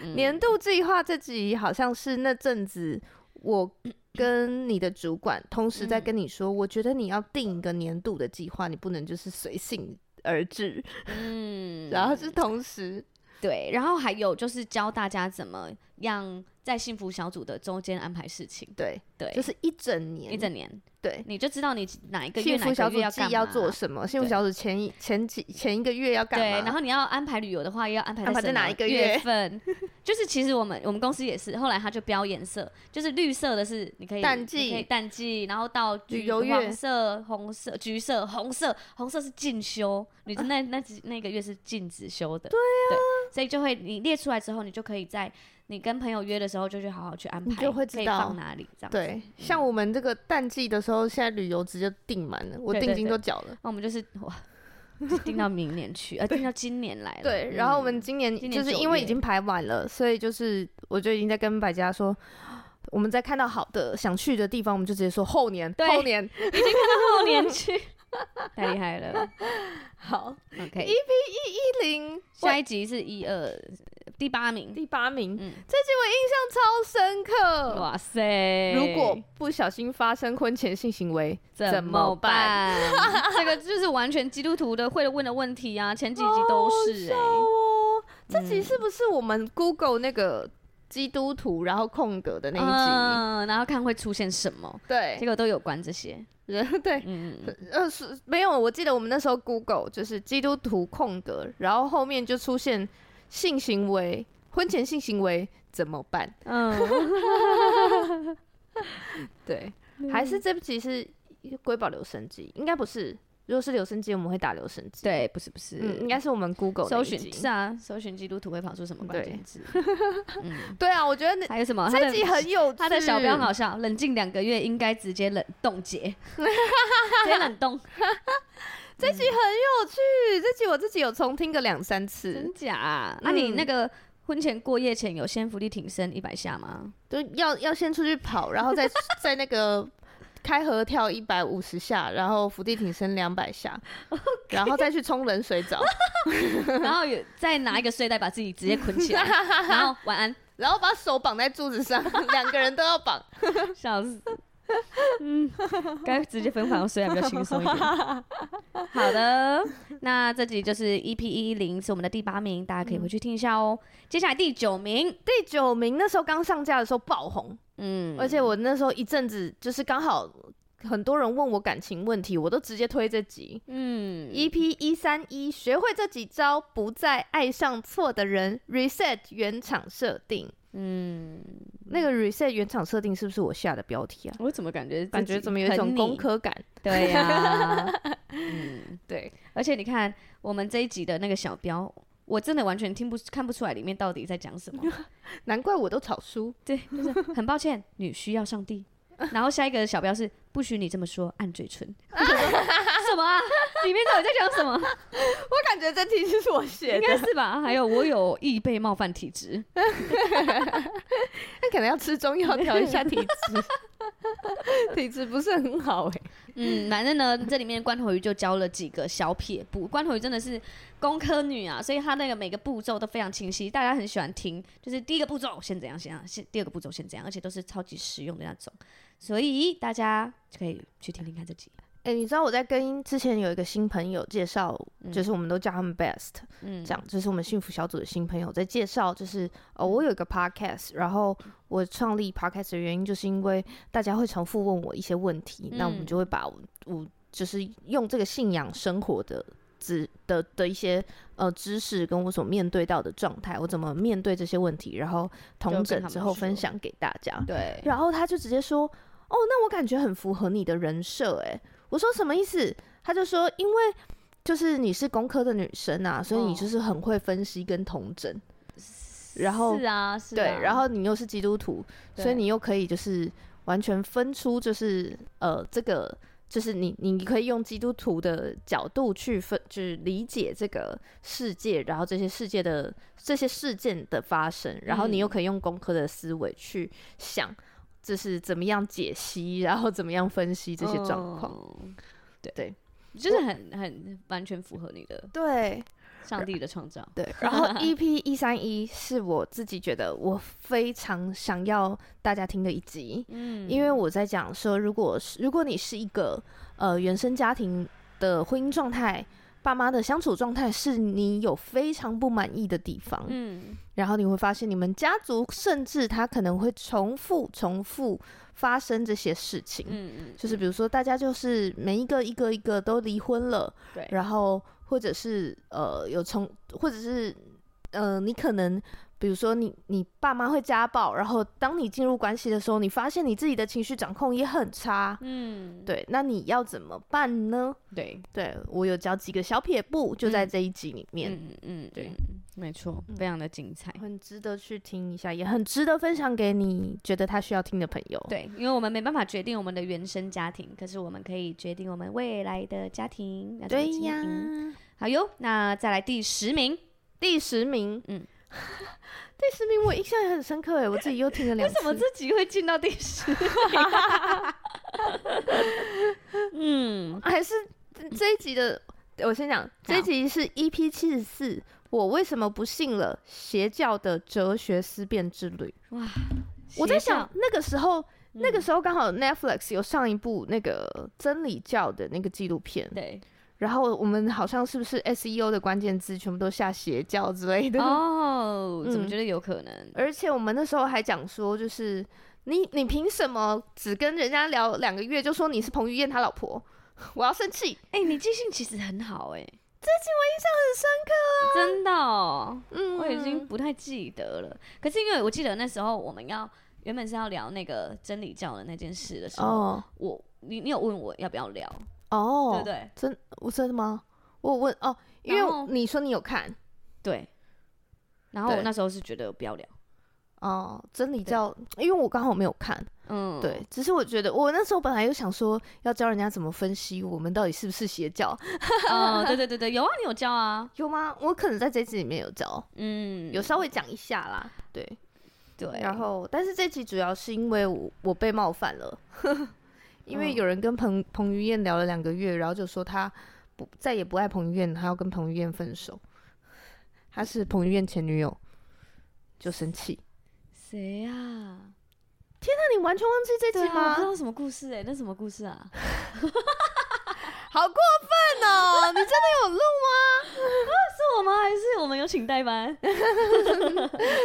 Speaker 2: 嗯
Speaker 1: 年度计划这集好像是那阵子
Speaker 2: *clears throat*
Speaker 1: 我跟你的主管同时在
Speaker 2: 嗯
Speaker 1: 跟你说，我觉得你要定一个年度的计划，你不能就是随性而至。*laughs*
Speaker 2: 嗯
Speaker 1: 然后是同时，
Speaker 2: 对，然后还有就是教大家怎么样在幸福小组的中间安排事情，
Speaker 1: 对，
Speaker 2: 对，
Speaker 1: 就是一整年，
Speaker 2: 一整年，
Speaker 1: 对。
Speaker 2: 你就知道你哪一个月
Speaker 1: 幸
Speaker 2: 哪
Speaker 1: 福
Speaker 2: 一
Speaker 1: 小
Speaker 2: 个
Speaker 1: 组
Speaker 2: 月
Speaker 1: 季
Speaker 2: 干
Speaker 1: 要
Speaker 2: 嘛，
Speaker 1: 做什么？幸福
Speaker 2: 对
Speaker 1: 小组前一前几前一个月要干嘛？
Speaker 2: 对，然后你要安排旅游的话，也要安排
Speaker 1: 安排在
Speaker 2: 什么
Speaker 1: 哪一个月
Speaker 2: 月份？ *laughs* 就是其实我们我们公司也是，后来他就标颜色，就是绿色的是你可以
Speaker 1: 淡
Speaker 2: 你
Speaker 1: 季
Speaker 2: 可以淡季，然后到
Speaker 1: 旅
Speaker 2: 橘
Speaker 1: 游月
Speaker 2: 黄色、红色、橘色、红色，红色是进修，你那、
Speaker 1: *laughs*
Speaker 2: 那几那个月是禁止休的，对啊所以就会你列出来之后，你就可以在你跟朋友约的时候就去好好去安排，
Speaker 1: 你就会知
Speaker 2: 可以
Speaker 1: 道
Speaker 2: 放哪里这样子。嗯
Speaker 1: 对，像我们这个淡季的时候，现在旅游直接订满了，我
Speaker 2: 对对
Speaker 1: 定金
Speaker 2: 对
Speaker 1: 都缴了。
Speaker 2: 那我们就是哇， *laughs* 就定到明年去，呃，定到今年来了。
Speaker 1: 对，然后我
Speaker 2: 嗯
Speaker 1: 们今年
Speaker 2: 今
Speaker 1: 就
Speaker 2: 年
Speaker 1: 是
Speaker 2: 九
Speaker 1: 因为已
Speaker 2: 月
Speaker 1: 经排完了，所以就是我就已经在跟百家说，我们在看到好的想去的地方，我们就直接说后年，
Speaker 2: 对
Speaker 1: 后
Speaker 2: *laughs*
Speaker 1: 年。
Speaker 2: 后年去， *laughs* 太厉害了。
Speaker 1: 好，
Speaker 2: OK，
Speaker 1: 一零
Speaker 2: 下一集是一二第八名，
Speaker 1: 第八名，
Speaker 2: 嗯
Speaker 1: 这集我印象超深刻。
Speaker 2: 哇塞！
Speaker 1: 如果不小心发生婚前性行为，
Speaker 2: 怎么办？这个就是完全基督徒的会问的问题啊，前几集都是嗯哎、
Speaker 1: 哦，这集是不是我们 Google 那个基督徒然后空格的那一集？
Speaker 2: 嗯，然后看会出现什么，结
Speaker 1: 对，
Speaker 2: 果都有关这些，
Speaker 1: *laughs* 对，
Speaker 2: 嗯，嗯嗯
Speaker 1: 呃，是没有，我记得我们那时候 Google 就是基督徒空格，然后后面就出现性行为、婚前性行为怎么办？
Speaker 2: 嗯，
Speaker 1: 对，还是这集是瑰宝留声机？应该不是，如果是留声机，我们会打留声机。，
Speaker 2: *laughs* 对，不是不是，
Speaker 1: 嗯，应该是我们 Google
Speaker 2: 搜
Speaker 1: 那一
Speaker 2: 寻
Speaker 1: 集
Speaker 2: 是啊，搜寻基督徒会跑出什么关键字？嗯，
Speaker 1: 对啊，我觉得那
Speaker 2: 还有什哦么？他
Speaker 1: 这
Speaker 2: 的
Speaker 1: 集很有趣，
Speaker 2: 他的小标很好笑，冷静两个月应该直接冷冻结， *laughs* 直接冷冻，
Speaker 1: 这集很有趣，这集我自己有重听个两三次
Speaker 2: 真，假啊？那、你
Speaker 1: 嗯
Speaker 2: 那个婚前过夜前有先伏地挺身一百下吗？
Speaker 1: 就要要先出去跑，然后再 *laughs* 在那个开合跳一百五十下，然后伏地挺身两百 *laughs* 下，然后再去冲冷水澡，
Speaker 2: 然后有再拿一个睡袋把自己直接捆起 *laughs* 来，然后晚安，
Speaker 1: 然后把手绑在柱子上， *laughs* 两个人都要绑。
Speaker 2: 笑死。嗯，该直接分房睡啊还比较轻松一 *laughs* 点。好的，那这集就是 EP 一零是我们的第八名，大家可以回去听一下哦。接下来第九名，
Speaker 1: *laughs* 第九名那时候刚上架的时候爆红，
Speaker 2: 嗯，
Speaker 1: 而且我那时候一阵子就是刚好很多人问我感情问题，我都直接推这集。
Speaker 2: 嗯
Speaker 1: EP 一三一，学会这几招，不再爱上错的人，reset 原厂设定。
Speaker 2: 嗯，
Speaker 1: 那个 reset 原厂设定是不是我下的标题啊？
Speaker 2: 我怎么感觉
Speaker 1: 感觉怎么有一种
Speaker 2: 功
Speaker 1: 工
Speaker 2: 课？
Speaker 1: 科感？
Speaker 2: 对呀、
Speaker 1: *laughs*
Speaker 2: 嗯，
Speaker 1: 对，
Speaker 2: 而且你看我们这一集的那个小标，我真的完全听不看不出来里面到底在
Speaker 1: *laughs*
Speaker 2: 讲什么。
Speaker 1: 难怪我都草书。
Speaker 2: 对，就是很抱歉，女需要上帝。然后下一个小标是不许你这么说，按嘴唇。 *laughs* 我想说什么、啊？里面到底在
Speaker 1: *laughs*
Speaker 2: 讲什么？
Speaker 1: *laughs* 我感觉这题是我写
Speaker 2: 应该是吧？还有我有易被冒犯体质，
Speaker 1: 那可能要吃中药调一下体质， *laughs* 体质不是很好哎、
Speaker 2: 嗯，反正呢，这里面关头鱼就教了几个小撇步。关头鱼真的是工科女啊，所以她那个每个步骤都非常清晰，大家很喜欢听。就是第一个步骤先怎样，先怎样，先第二个步骤先怎样，而且都是超级实用的那种。所以大家就可以去听听看这集。
Speaker 1: 哎、你知道我在跟之前有一个新朋友介绍，
Speaker 2: 嗯
Speaker 1: 就是我们都叫他们 best，
Speaker 2: 嗯，
Speaker 1: 这样，这是我们幸福小组的新朋友在介绍，就是呃，我有一个 podcast，然后我创立 podcast 的原因，就是因为大家会重复问我一些问题，那我们
Speaker 2: 嗯
Speaker 1: 就会把我我就是用这个信仰生活的知的的一些呃知识，跟我所面对到的状态，我怎么面对这些问题，然后统
Speaker 2: 跟
Speaker 1: 整
Speaker 2: 他
Speaker 1: 之
Speaker 2: 们
Speaker 1: 后分
Speaker 2: 说
Speaker 1: 享给大家。
Speaker 2: 对，
Speaker 1: 然后他就直接说：“哦，那我感觉很符合你的人设。”哎，我说什么意思？他就说：“因为就是你是工科的女生啊，所以你
Speaker 2: 哦
Speaker 1: 就是很会分析跟同整，然后
Speaker 2: 是啊，是
Speaker 1: 对
Speaker 2: 啊，
Speaker 1: 然后你又是基督徒，所以
Speaker 2: 对
Speaker 1: 你又可以就是完全分出就是呃这个。”就是你，你可以用基督徒的角度去分，去理解这个世界，然后这些世界的这些事件的发生，然后你又
Speaker 2: 嗯
Speaker 1: 可以用工科的思维去想，就是怎么样解析，然后怎么样分析这些
Speaker 2: 哦
Speaker 1: 状况。
Speaker 2: 况，
Speaker 1: 对
Speaker 2: 嗯就是很很完全符合你的
Speaker 1: 对
Speaker 2: 上帝的创造， *laughs*
Speaker 1: 对，然后 EP 一三一是我自己觉得我非常想要大家听的一集，
Speaker 2: 嗯
Speaker 1: 因为我在讲说，如果是如果你是一个呃原生家庭的婚姻状态。爸妈的相处状态是你有非常不满意的地方，
Speaker 2: 嗯
Speaker 1: 然后你会发现，你们家族甚至他可能会重复、重复发生这些事情。
Speaker 2: 嗯嗯，
Speaker 1: 就是比如说，大家就是每一个一个一个都离婚了，
Speaker 2: 对，
Speaker 1: 然后或者是呃有从，或者是呃你可能比如说你你爸妈会家暴，然后当你进入关系的时候，你发现你自己的情绪掌控也很差，
Speaker 2: 嗯
Speaker 1: 对，那你要怎么办呢？
Speaker 2: 对，
Speaker 1: 对我有教几个小撇步，就在
Speaker 2: 嗯
Speaker 1: 这一集里面。
Speaker 2: 嗯嗯嗯，
Speaker 1: 对
Speaker 2: 嗯，嗯没错，非常的精彩。
Speaker 1: 很值得去听一下，也很值得分享给你觉得他需要听的朋友。
Speaker 2: 对，因为我们没办法决定我们的原生家庭，可是我们可以决定我们未来的家庭。要怎么
Speaker 1: 对
Speaker 2: 经
Speaker 1: 呀，
Speaker 2: 营好哟，那再来第十 *laughs* 名，
Speaker 1: 第十名，嗯
Speaker 2: 嗯，
Speaker 1: *laughs* 第十名我印象也很深刻哎，我自己又听了两
Speaker 2: 为
Speaker 1: 次。
Speaker 2: 什么自己会进到第十 *laughs* 名？嗯，
Speaker 1: 还是这这一集的？我先讲，这一集是 EP 七十四，我为什么不信了邪教的哲学思辨之旅？我在
Speaker 2: 邪教
Speaker 1: 想，那个时候，那个
Speaker 2: 嗯
Speaker 1: 时候刚好 Netflix 有上一部那个真理教的那个纪录片，
Speaker 2: 对
Speaker 1: 然后我们好像是不是 SEO 的关键字全部都下邪教之类的？
Speaker 2: 哦，怎么
Speaker 1: 嗯
Speaker 2: 觉得有可能？
Speaker 1: 而且我们那时候还讲说，就是你你凭什么只跟人家聊两个月就说你是彭于晏他老婆？ *laughs* 我要生气！
Speaker 2: 哎、你记性其实很好哎、这集我印象很深刻啊，真的哦、
Speaker 1: 嗯
Speaker 2: 我已经不太记得了。可是因为我记得那时候我们要原本是要聊那个真理教的那件事的时候，
Speaker 1: 哦
Speaker 2: 我你你有问我要不要聊，
Speaker 1: 哦
Speaker 2: 对，不对？
Speaker 1: 真我真的吗？我问哦，因为
Speaker 2: 然
Speaker 1: 我
Speaker 2: 后
Speaker 1: 你说你有看
Speaker 2: 对。然后我
Speaker 1: 对
Speaker 2: 那时候是觉得不要聊，
Speaker 1: 哦，真理教，因为我刚好没有看，
Speaker 2: 嗯，
Speaker 1: 对，只是我觉得我那时候本来又想说要教人家怎么分析我们到底是不是邪教，
Speaker 2: *laughs* 哦，对对对对，有啊，你有教啊，
Speaker 1: 有吗？我可能在这集里面有教，
Speaker 2: 嗯，
Speaker 1: 有稍微讲一下啦，对，
Speaker 2: 对，
Speaker 1: 然后，但是这集主要是因为我我被冒犯了， *laughs* 因为
Speaker 2: 嗯
Speaker 1: 有人跟彭彭于晏聊了两个月，然后就说他不再也不爱彭于晏，他要跟彭于晏分手，他是彭于晏前女友，就生气。
Speaker 2: 谁呀、啊？
Speaker 1: 那你完全忘记这集
Speaker 2: 对啊，我
Speaker 1: 吗
Speaker 2: 不知？道什么故事哎、那什么故事啊？ *laughs*
Speaker 1: 好过分哦！你真的有录吗？ *laughs*
Speaker 2: 是我吗？还是我们有请代班？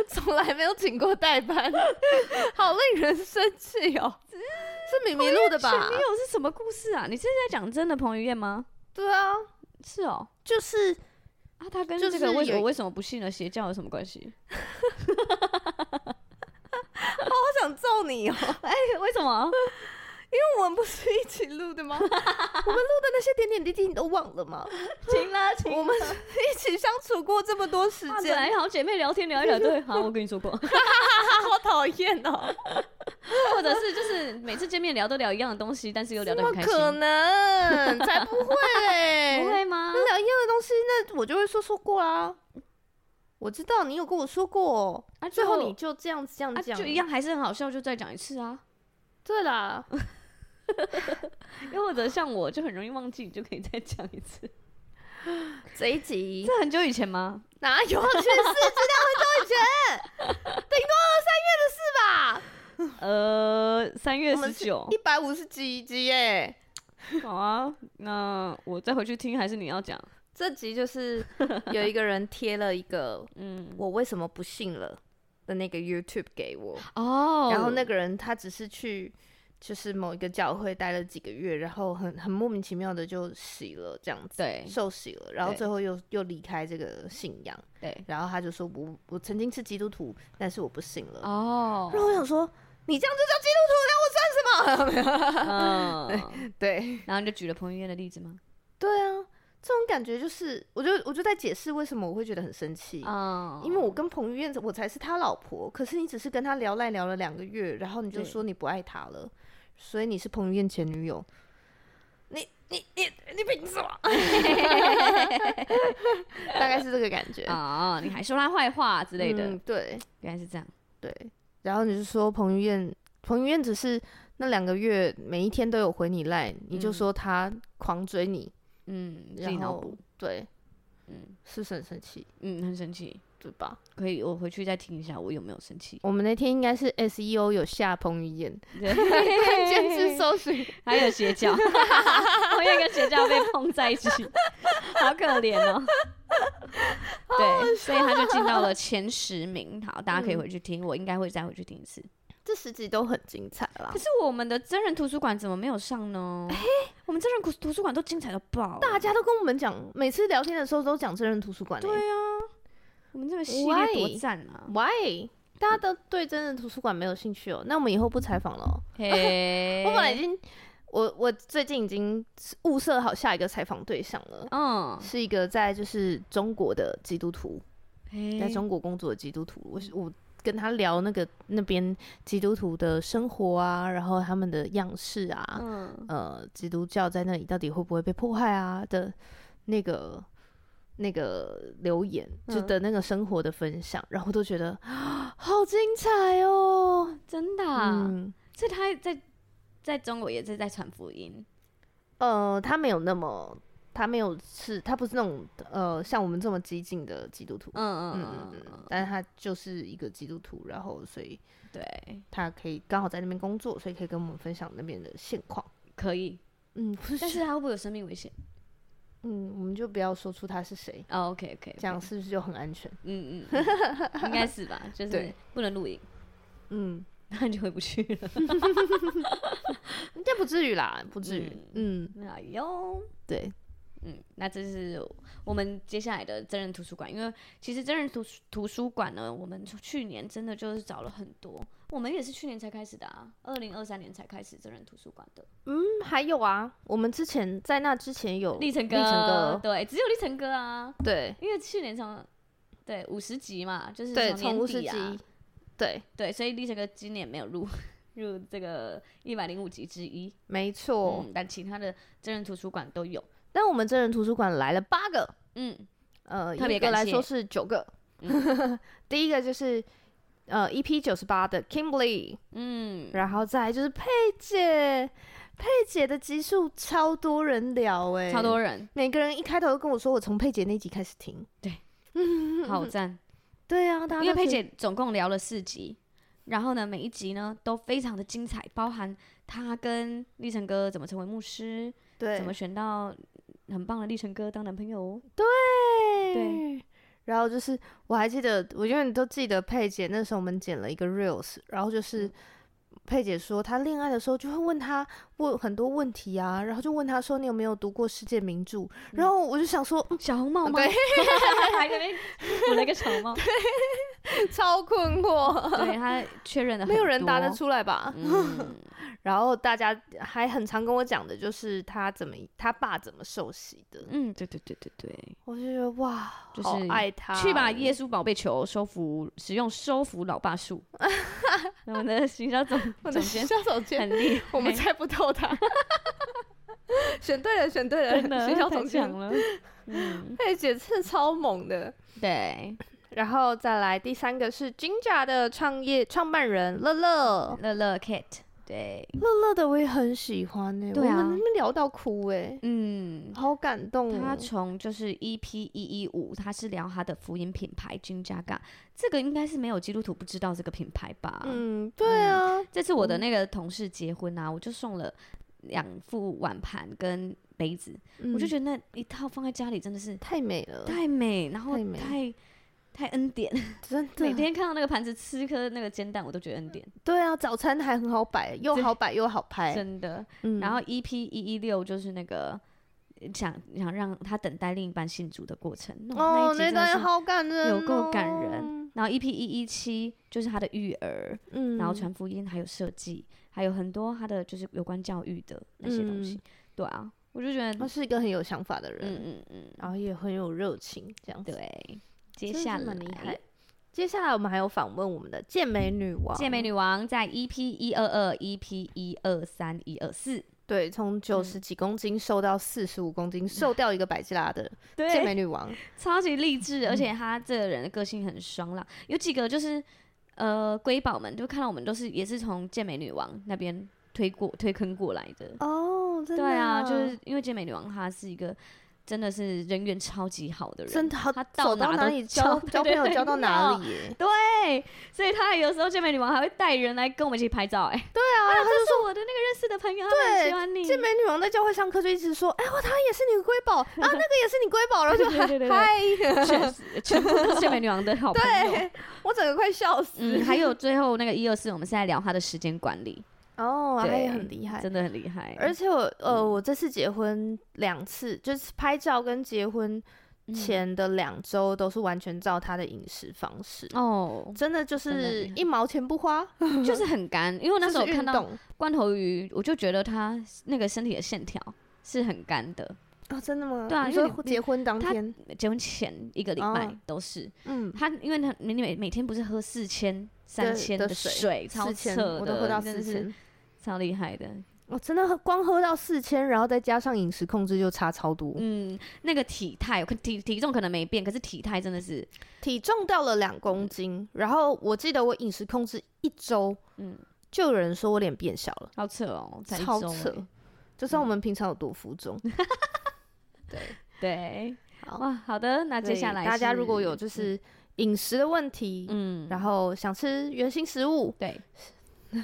Speaker 1: 从来没有请过代班， *laughs* 好令人生气 *laughs* 哦！是米米录
Speaker 2: *laughs*
Speaker 1: 的吧？
Speaker 2: 前女友是什么故事啊？你现在讲真的彭于晏吗？
Speaker 1: 对啊，
Speaker 2: 是哦，
Speaker 1: 就是
Speaker 2: 啊，他跟
Speaker 1: 就
Speaker 2: 这个
Speaker 1: 是
Speaker 2: 为
Speaker 1: 有
Speaker 2: 我为什么不信了邪教有什么关系？ *laughs*
Speaker 1: 我想揍你哦！
Speaker 2: 哎为
Speaker 1: *laughs*
Speaker 2: 什么？
Speaker 1: 我们不是一起录的 *laughs* 吗？我们录的那些点点滴滴你都忘了吗？
Speaker 2: 停了，停
Speaker 1: 我们一起相处过这么多时
Speaker 2: *laughs* 啊本
Speaker 1: 间，
Speaker 2: 来好姐妹聊天聊一聊，对，好，我跟你
Speaker 1: *laughs*
Speaker 2: 说过，
Speaker 1: 好讨厌哦！
Speaker 2: 或者是就是每次见面聊都聊一样的东西，但是又聊
Speaker 1: 怎
Speaker 2: 得
Speaker 1: 么
Speaker 2: 很开心，
Speaker 1: 可能？才不会啊嘞！
Speaker 2: 不会吗？
Speaker 1: 那聊一样的东西，那我就会说说过啊。我知道你有跟我说过哦、
Speaker 2: 啊，
Speaker 1: 最后你就这样子这样
Speaker 2: 啊
Speaker 1: 子讲、
Speaker 2: 就一。样还是很好笑，就再讲一次
Speaker 1: *laughs*
Speaker 2: 啊。
Speaker 1: 对啦，
Speaker 2: 又或者像我就很容易忘记，就可以再讲一次。
Speaker 1: 这一集
Speaker 2: 这很久以前吗？
Speaker 1: 哪有啊去世？知道 *laughs* 很久以前，顶多二三月的事吧。
Speaker 2: 呃，三月
Speaker 1: 我们
Speaker 2: 十
Speaker 1: 是
Speaker 2: 九
Speaker 1: 一，百五十几集耶、
Speaker 2: 好啊，那我再回去听，还是你要讲？
Speaker 1: 这集就是有一个人贴了一个
Speaker 2: 嗯，
Speaker 1: 我为什么不信了的那个 YouTube 给我，
Speaker 2: 哦
Speaker 1: 然后那个人他只是去就是某一个教会待了几个月，然后很很莫名其妙的就洗了这样子，
Speaker 2: 对
Speaker 1: 受洗了，然后
Speaker 2: 对
Speaker 1: 最后又又离开这个信仰，
Speaker 2: 对，
Speaker 1: 然后他就说我我曾经是基督徒，但是我不信了。*laughs*
Speaker 2: 哦，
Speaker 1: 然后我想说，你这样就叫基督徒，那我算什么？
Speaker 2: 嗯，
Speaker 1: 对
Speaker 2: 然后你就举了彭于晏的例子吗？
Speaker 1: 对啊，这种感觉就是，我就我就在解释为什么我会觉得很生气。
Speaker 2: 嗯，
Speaker 1: *laughs* 因为我跟彭于晏，我才是他老婆，可是你只是跟他聊赖聊了两个月，然后你就
Speaker 2: 对
Speaker 1: 说你不爱他了，所以你是彭于晏前女友，你你你你凭什么？ *laughs* 大概是这个感觉
Speaker 2: 啊，你还说他坏话之类的
Speaker 1: 嗯，对
Speaker 2: 原来是这样。
Speaker 1: 对，然后你就说彭于晏，彭于晏只是那两个月每一天都有回你赖，你就
Speaker 2: 嗯
Speaker 1: 说他狂追你，
Speaker 2: 嗯，自己
Speaker 1: 然
Speaker 2: 脑
Speaker 1: 后
Speaker 2: 补，
Speaker 1: 对，
Speaker 2: 嗯
Speaker 1: 是不是很生气，
Speaker 2: 嗯，很生气。
Speaker 1: 对吧？
Speaker 2: 可以，我回去再听一下我有没有
Speaker 1: *laughs*
Speaker 2: 生气。
Speaker 1: 我们那天应该是 SEO 有下彭于晏， *laughs*
Speaker 2: 对 *laughs*
Speaker 1: 关键字搜寻。
Speaker 2: 还有邪 *laughs* 教，我有一个邪教被碰在一 *laughs* 起，好可怜哦。对，所以他就进到了前十名。好，大家可以
Speaker 1: 嗯
Speaker 2: 回去听，我应该会再回去听一次。
Speaker 1: 这十集都很精彩啦
Speaker 2: 可。是我们的真人图书馆怎么没有上呢？我们真人图图书馆都精彩到爆，
Speaker 1: 大家都跟我们讲，每次聊天的时候都讲真人图书馆、欸。
Speaker 2: 对啊，我们这个系列多赞啊！
Speaker 1: ，Why？大家都对真人图书馆没有兴趣哦、那我们以后不采访了哦、
Speaker 2: *laughs* 嘿，
Speaker 1: 我本来已经，我我最近已经物色好下一个采访对象了。
Speaker 2: 嗯，
Speaker 1: 是一个在就是中国的基督徒，
Speaker 2: 嘿
Speaker 1: 在中国工作的基督徒。我我跟他聊那个那边基督徒的生活啊，然后他们的样式啊，
Speaker 2: 嗯
Speaker 1: 呃，基督教在那里到底会不会被迫害啊的那个那个留言，就
Speaker 2: 嗯
Speaker 1: 的那个生活的分享，然后都觉得啊好精彩哦。
Speaker 2: 真的啊，
Speaker 1: 嗯，
Speaker 2: 所以他在在中国也是在传福音。
Speaker 1: 呃，他没有那么，他没有是，他不是那种呃像我们这么激进的基督徒
Speaker 2: 嗯，
Speaker 1: 嗯
Speaker 2: 嗯嗯
Speaker 1: 嗯
Speaker 2: 嗯
Speaker 1: 嗯
Speaker 2: 嗯，，
Speaker 1: 但是他就是一个基督徒，然后所以
Speaker 2: 对，
Speaker 1: 他可以刚好在那边工作，所以可以跟我们分享那边的现况。
Speaker 2: 可以。
Speaker 1: 嗯，不是，
Speaker 2: 但是他会不会有生命危险？
Speaker 1: 嗯，我们就不要说出他是谁，
Speaker 2: 哦，OK OK，
Speaker 1: 这样，是不是就很安全？
Speaker 2: 嗯嗯嗯，应该是吧，就是
Speaker 1: 对
Speaker 2: 不能录影，
Speaker 1: 嗯。
Speaker 2: 那就回不去了。
Speaker 1: 应该不至于啦，不至于。嗯，
Speaker 2: 哎呦，
Speaker 1: 对，
Speaker 2: 嗯，那这是我们接下来的真人图书馆，因为其实真人图书图书馆呢，我们去年真的就是找了很多，我们也是去年才开始的啊，二零二三年才开始真人图书馆的。
Speaker 1: 嗯，还有啊，我们之前在那之前有
Speaker 2: 立成哥，
Speaker 1: 立成哥，
Speaker 2: 对，只有立成哥啊，
Speaker 1: 对
Speaker 2: 因为去年从对五十集嘛，就是
Speaker 1: 对，
Speaker 2: 从
Speaker 1: 宠物
Speaker 2: 年
Speaker 1: 司
Speaker 2: 底啊，
Speaker 1: 机，对，
Speaker 2: 对，所以立成哥今年没有入入这个一百零五集之一，
Speaker 1: 没错。
Speaker 2: 嗯，但其他的真人图书馆都有，
Speaker 1: 但我们真人图书馆来了八个，
Speaker 2: 嗯，
Speaker 1: 呃，
Speaker 2: 特别
Speaker 1: 严格
Speaker 2: 感
Speaker 1: 来
Speaker 2: 谢嗯
Speaker 1: 说是九个。 *laughs* 第一个就是呃 EP 九十八的 Kimberly，
Speaker 2: 嗯，
Speaker 1: 然后再来就是佩姐，佩姐的集数超多人聊哎、
Speaker 2: 超多，
Speaker 1: *laughs*
Speaker 2: 人，
Speaker 1: 每个人一开头都跟我说我从佩姐那集开始听。
Speaker 2: 好赞，
Speaker 1: 对啊，大家
Speaker 2: 因为
Speaker 1: 都
Speaker 2: 佩
Speaker 1: 觉得
Speaker 2: 姐总共聊了四集，然后呢，每一集呢都非常的精彩，包含她跟立成哥怎么成为牧师，
Speaker 1: 对
Speaker 2: 怎么选到很棒的立成哥当男朋友，
Speaker 1: 对。然后就是，我还记得，我永远都记得佩姐那时候我们剪了一个 reels，然后
Speaker 2: 嗯
Speaker 1: 就是佩姐说她恋爱的时候就会问她问很多问题啊，然后就问她说你有没有读过世界名著，
Speaker 2: 嗯
Speaker 1: 然后我就想
Speaker 2: *laughs*
Speaker 1: 说、嗯
Speaker 2: 小红帽吗？
Speaker 1: 对 *laughs*
Speaker 2: 还在那边补了一个小红帽，
Speaker 1: 超困惑，
Speaker 2: 对他确认了，
Speaker 1: 嗯 *laughs* 没有人答得。出来吧？
Speaker 2: 嗯，
Speaker 1: 然后大家还很常跟我讲的就是她怎么她爸怎么受洗的，
Speaker 2: 嗯，对对对对对，
Speaker 1: 我就觉得哇，
Speaker 2: 就是
Speaker 1: 好爱欸他，
Speaker 2: 去吧，耶稣宝贝球，收服使用收服老
Speaker 1: *laughs*
Speaker 2: 爸术。我们的行销总
Speaker 1: 我的
Speaker 2: 总监
Speaker 1: 小手
Speaker 2: 很
Speaker 1: 监，
Speaker 2: 厉害，
Speaker 1: *laughs* 我们猜不透他， *laughs* 选对了，选对了，
Speaker 2: 真的
Speaker 1: 学校
Speaker 2: 太
Speaker 1: 总监
Speaker 2: 强。
Speaker 1: *laughs*
Speaker 2: 了。嗯，
Speaker 1: 佩姐真的超猛的。
Speaker 2: 对，
Speaker 1: 然后再来第三个是 Jinja 的创业创办人乐乐，
Speaker 2: 乐乐 Kate，对，
Speaker 1: 乐乐的我也很喜欢呢、
Speaker 2: 对啊
Speaker 1: 我们那边聊到哭哎、
Speaker 2: 嗯，
Speaker 1: 好感动
Speaker 2: 他
Speaker 1: 哦、
Speaker 2: 从就是 EP 一一五，他是聊他的福音品牌金加嘎，这个应该是没有基督徒不知道这个品牌吧？
Speaker 1: 嗯，对啊，
Speaker 2: 这次我的那个同事结婚啊，我就送了两副碗盘跟杯子，
Speaker 1: 嗯
Speaker 2: 我就觉得那一套放在家里真的是
Speaker 1: 太美了，
Speaker 2: 太美，然后
Speaker 1: 太美
Speaker 2: 太太恩
Speaker 1: *laughs*
Speaker 2: 典。
Speaker 1: 真的
Speaker 2: 每天看到那个盘子吃一颗那个煎蛋，我都觉得恩典，
Speaker 1: 对啊，早餐还很好摆，又
Speaker 2: 对
Speaker 1: 好摆又好拍。
Speaker 2: 真的。
Speaker 1: 嗯
Speaker 2: 然后 EP 一一六就是那个呃想想让他等待另一半信主的过程，
Speaker 1: 哦，
Speaker 2: 那一集真的
Speaker 1: 段
Speaker 2: 是。
Speaker 1: 好感人、哦
Speaker 2: 有够感人。然后 EP 一一七就是他的育儿，
Speaker 1: 嗯，
Speaker 2: 然后传福音，还有设计，还有很多他的就是有关教育的那些东西。
Speaker 1: 嗯
Speaker 2: 对啊，我就觉得，
Speaker 1: 他是一个很有想法的人，
Speaker 2: 嗯嗯嗯，
Speaker 1: 然后也很有热情，这样子。
Speaker 2: 对。
Speaker 1: 真
Speaker 2: 接
Speaker 1: 的是
Speaker 2: 下来
Speaker 1: 蛮厉害。接下来我们还有访问我们的健美女王，
Speaker 2: 健美女王在 EP 一二二、EP 一二三、一二四，
Speaker 1: 对，从
Speaker 2: 嗯
Speaker 1: 九十几公斤瘦到四十五公斤，瘦掉一个百吉拉的健美
Speaker 2: *laughs* 对，
Speaker 1: 女王，
Speaker 2: 超级励志，而
Speaker 1: 嗯
Speaker 2: 且她这个人的个性很爽朗，有几个就是呃瑰宝们，就看到我们都是也是从健美女王那边推过推坑过来的，
Speaker 1: 哦，真的
Speaker 2: 对啊，就是因为健美女王她是一个真的是人缘超级好的人，
Speaker 1: 真的，她
Speaker 2: 她
Speaker 1: 走
Speaker 2: 到
Speaker 1: 到
Speaker 2: 哪
Speaker 1: 哪
Speaker 2: 都
Speaker 1: 里交
Speaker 2: 对 *laughs*
Speaker 1: 交朋
Speaker 2: 对
Speaker 1: 友
Speaker 2: 对
Speaker 1: 交到哪里耶，
Speaker 2: 对，所以她有时候健美女王还会带人来跟我们一起拍照、哎，对啊，这是我的那个认识的朋友，他们很
Speaker 1: 对
Speaker 2: 喜欢你，
Speaker 1: 健美女王在教会上课就一直说，哎，我她也是你瑰宝啊，那个也是你瑰宝，然 *laughs* 后就
Speaker 2: *laughs* 对 *laughs* 对对对
Speaker 1: 嗨，
Speaker 2: 全全部都是健美女王的好朋友。
Speaker 1: 对我整个快笑死。 *laughs*
Speaker 2: 嗯，还有最后那个一二四，我们是在聊她的时间管理，
Speaker 1: 哦，她也
Speaker 2: 对
Speaker 1: 很厉害，
Speaker 2: 真的很厉害。
Speaker 1: 而且我呃，
Speaker 2: 嗯
Speaker 1: 我这次结婚两次，就是拍照跟结婚
Speaker 2: 嗯
Speaker 1: 前的两周都是完全照他的饮食方式，
Speaker 2: 嗯哦， *clears throat*
Speaker 1: 真的就
Speaker 2: 真的很
Speaker 1: 是
Speaker 2: 厉害
Speaker 1: 一毛钱不花。
Speaker 2: 就是很干，因为 *laughs* 我那时候
Speaker 1: 就是
Speaker 2: 看
Speaker 1: 运
Speaker 2: 到
Speaker 1: 动
Speaker 2: 罐头鱼，我就觉得她那个身体的线条是很干的。
Speaker 1: 哦，真的吗？
Speaker 2: 对啊
Speaker 1: 你
Speaker 2: 因为
Speaker 1: 说
Speaker 2: 你
Speaker 1: 结婚当
Speaker 2: 他
Speaker 1: 天，
Speaker 2: 结婚前一个礼拜
Speaker 1: 哦
Speaker 2: 都是
Speaker 1: 嗯，
Speaker 2: 她，因为她你每每天不是喝四千、三千
Speaker 1: 的水
Speaker 2: 水，超
Speaker 1: 四千
Speaker 2: 扯的，
Speaker 1: 我都喝到
Speaker 2: 真
Speaker 1: 四
Speaker 2: 的是
Speaker 1: 千，
Speaker 2: 超厉害的。
Speaker 1: 我真的喝光喝到四千，然后再加上饮食控制就差超多，
Speaker 2: 嗯，那个体态，可体体重可能没变，可是体态真的是，
Speaker 1: 体重掉了两公斤，然后我记得我饮食控制一周，
Speaker 2: 嗯，
Speaker 1: 就有人说我脸变小了，
Speaker 2: 好扯哦，才一
Speaker 1: 超
Speaker 2: 周
Speaker 1: 扯
Speaker 2: 而已。
Speaker 1: 就算我
Speaker 2: 嗯
Speaker 1: 们平常有多浮肿，
Speaker 2: 对，
Speaker 1: 好
Speaker 2: 哇，好的，那接
Speaker 1: 对
Speaker 2: 下来
Speaker 1: 大家如果有
Speaker 2: 是
Speaker 1: 就是饮食的问题，
Speaker 2: 嗯，
Speaker 1: 然后想吃原型食物，
Speaker 2: 对， *laughs*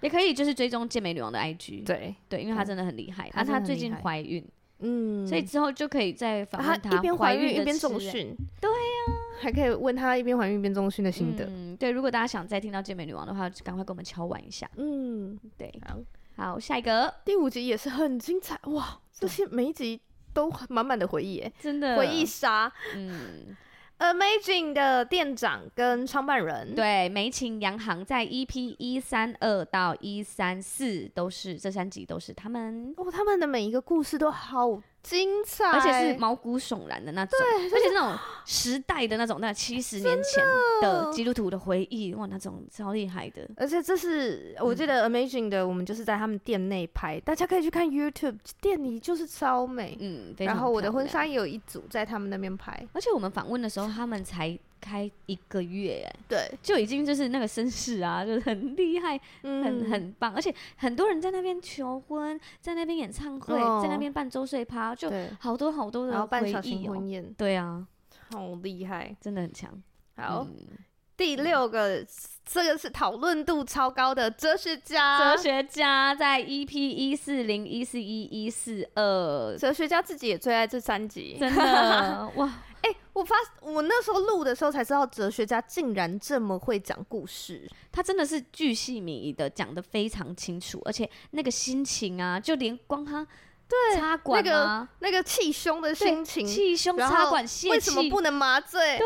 Speaker 2: 也可以就是追踪健美女王的 IG，
Speaker 1: 对，
Speaker 2: 嗯对，因为她
Speaker 1: 对
Speaker 2: 真的很厉害，
Speaker 1: 她
Speaker 2: 啊，
Speaker 1: 真的
Speaker 2: 她
Speaker 1: 很
Speaker 2: 最
Speaker 1: 厉
Speaker 2: 近
Speaker 1: 害
Speaker 2: 怀孕，
Speaker 1: 嗯，
Speaker 2: 所以之后就可以再访
Speaker 1: 她
Speaker 2: 问
Speaker 1: 一边
Speaker 2: 怀
Speaker 1: 怀孕一
Speaker 2: 的
Speaker 1: 边
Speaker 2: 吃
Speaker 1: 重
Speaker 2: 欸
Speaker 1: 训，对呀，还可以问她一边怀孕一边重训的心得，
Speaker 2: 嗯，对，如果大家想再听到健美女王的话，就赶快跟我们敲碗一下。
Speaker 1: 嗯，
Speaker 2: 对，
Speaker 1: 好，
Speaker 2: 好，下一个，
Speaker 1: 第五集也是很精彩哇，这些每一集都满满的回忆耶，
Speaker 2: *laughs* 真的
Speaker 1: 回忆，杀
Speaker 2: 嗯，
Speaker 1: ，Amazing 的店长跟创办人，
Speaker 2: 对，美琴洋行在 EP 一三二到一三四都是这三集都是他们，
Speaker 1: 哦，他们的每一个故事都好精彩，
Speaker 2: 而且是毛骨悚然的那种，而且是那种时代的那种，那七十年前的基督徒的回忆，哇，那种超厉害的。
Speaker 1: 而且这是我
Speaker 2: 嗯
Speaker 1: 记得 Amazing 的，我们就是在他们店内拍，大家可以去看 YouTube，店里就是超美。
Speaker 2: 嗯，非常
Speaker 1: 然后我的
Speaker 2: 漂
Speaker 1: 婚
Speaker 2: 亮，
Speaker 1: 纱也有一组在他们那边
Speaker 2: *laughs*
Speaker 1: 拍，
Speaker 2: 而且我们访问的时候，他们才开一个月，哎
Speaker 1: 对，
Speaker 2: 就已经就是那个绅士啊，就是很厉害，
Speaker 1: 嗯
Speaker 2: 很很棒，而且很多人在那边求婚，在那边演唱会，
Speaker 1: 哦
Speaker 2: 在那边办周岁趴，就
Speaker 1: 对，
Speaker 2: 好多好多
Speaker 1: 然后
Speaker 2: 的
Speaker 1: 办
Speaker 2: 回
Speaker 1: 小
Speaker 2: 忆
Speaker 1: 型
Speaker 2: 哦、
Speaker 1: 婚宴，
Speaker 2: 对啊，
Speaker 1: 好厉害。
Speaker 2: 真的很强。
Speaker 1: 好，
Speaker 2: 嗯
Speaker 1: 第六个，这个是讨论度超高的哲学家，E
Speaker 2: 哲学家在 EP 一四零、一四一、一四二，
Speaker 1: 哲学家自己也最爱这三集。*laughs*
Speaker 2: 真的哇，
Speaker 1: 哎、我发我那时候录的时候才知道，哲学家竟然这么会讲故事。
Speaker 2: 他真的是巨细靡遗的讲的非常清楚，而且那个心情啊，就连光他对插管
Speaker 1: 那个
Speaker 2: 啊，
Speaker 1: 那个气胸的心情，
Speaker 2: 气胸
Speaker 1: 然
Speaker 2: 插
Speaker 1: 后
Speaker 2: 管泄气，
Speaker 1: 为什么不能麻醉？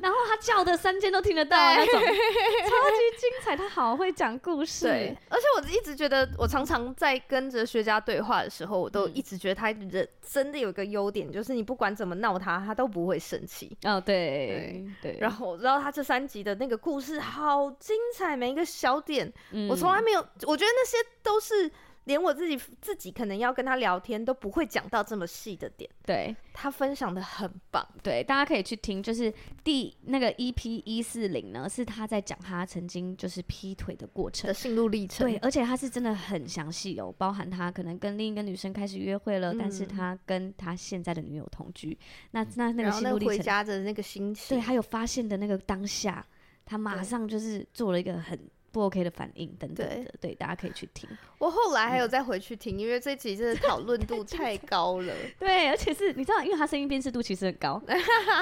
Speaker 2: 然后他叫的三间都
Speaker 1: *laughs*
Speaker 2: 听得到那种，超级精彩。他好会讲故事，
Speaker 1: 对，而且我一直觉得，我常常在跟哲学家对话的时候，我
Speaker 2: 嗯
Speaker 1: 都一直觉得他人真的有一个优点，就是你不管怎么闹他，他都不会生气。
Speaker 2: 哦对对，
Speaker 1: 然
Speaker 2: 后
Speaker 1: 后我知道他这三集的那个故事好精彩，每一个小点，
Speaker 2: 嗯
Speaker 1: 我从来没有，我觉得那些都是连我自己自己可能要跟他聊天都不会讲到这么细的点，
Speaker 2: 对
Speaker 1: 他分享的很棒。
Speaker 2: 对，大家可以去听，就是第那个 EP 一四零呢，是他在讲他曾经就是劈腿的过程
Speaker 1: 的。心路历程，
Speaker 2: 对，而且他是真的很详细哦，包含他可能跟另一个女生开始约会了，但是
Speaker 1: 嗯
Speaker 2: 他跟他现在的女友同居，那那那个
Speaker 1: 然后
Speaker 2: 心
Speaker 1: 那
Speaker 2: 路
Speaker 1: 个
Speaker 2: 历
Speaker 1: 回
Speaker 2: 程，啊
Speaker 1: 家的那个心情，
Speaker 2: 对，还有发现的那个当下，他马
Speaker 1: 对
Speaker 2: 上就是做了一个很不 OK 的反应等等
Speaker 1: 对
Speaker 2: 的，对，大家可以去
Speaker 1: *laughs*
Speaker 2: 听。
Speaker 1: 我后来
Speaker 2: 嗯
Speaker 1: 还有再回去听，因为这集真的讨论
Speaker 2: *laughs*
Speaker 1: 度太高了。
Speaker 2: 对，而且是你知道，因为他声音辨识度其实很
Speaker 1: *laughs*
Speaker 2: 高，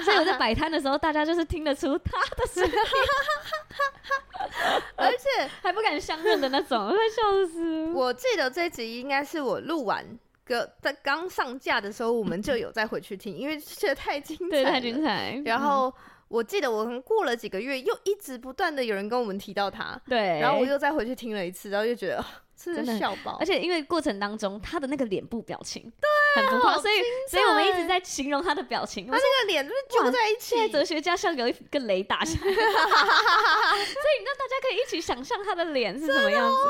Speaker 2: 所以我在摆摊的时候，大家就是听得出他的声音，
Speaker 1: 而且
Speaker 2: *laughs* 还不敢相认的那种，我 *laughs* 快笑死。
Speaker 1: 我记得这集应该是我录完个在刚上架的时候，我们就有再回去听，因为觉得太精彩
Speaker 2: 嗯对，
Speaker 1: 了。
Speaker 2: 太精彩。
Speaker 1: 然
Speaker 2: 嗯
Speaker 1: 后我记得我可能过了几个月，又一直不断的有人跟我们提到他，
Speaker 2: 对，
Speaker 1: 然后我又再回去听了一次，然后就觉得 *gasps* 啊真
Speaker 2: 真的
Speaker 1: 的笑爆
Speaker 2: 而。且因为过程当中他的那个脸部表情，对，很浮夸，
Speaker 1: 啊好
Speaker 2: 所以所以我们一直在形容他的表情。我
Speaker 1: 他
Speaker 2: 说
Speaker 1: 那个脸就是揪在一起
Speaker 2: 现，在哲学家像有一个雷
Speaker 1: *laughs*
Speaker 2: 打下来，所以你知道大家可以一起想象他的脸是什么样子，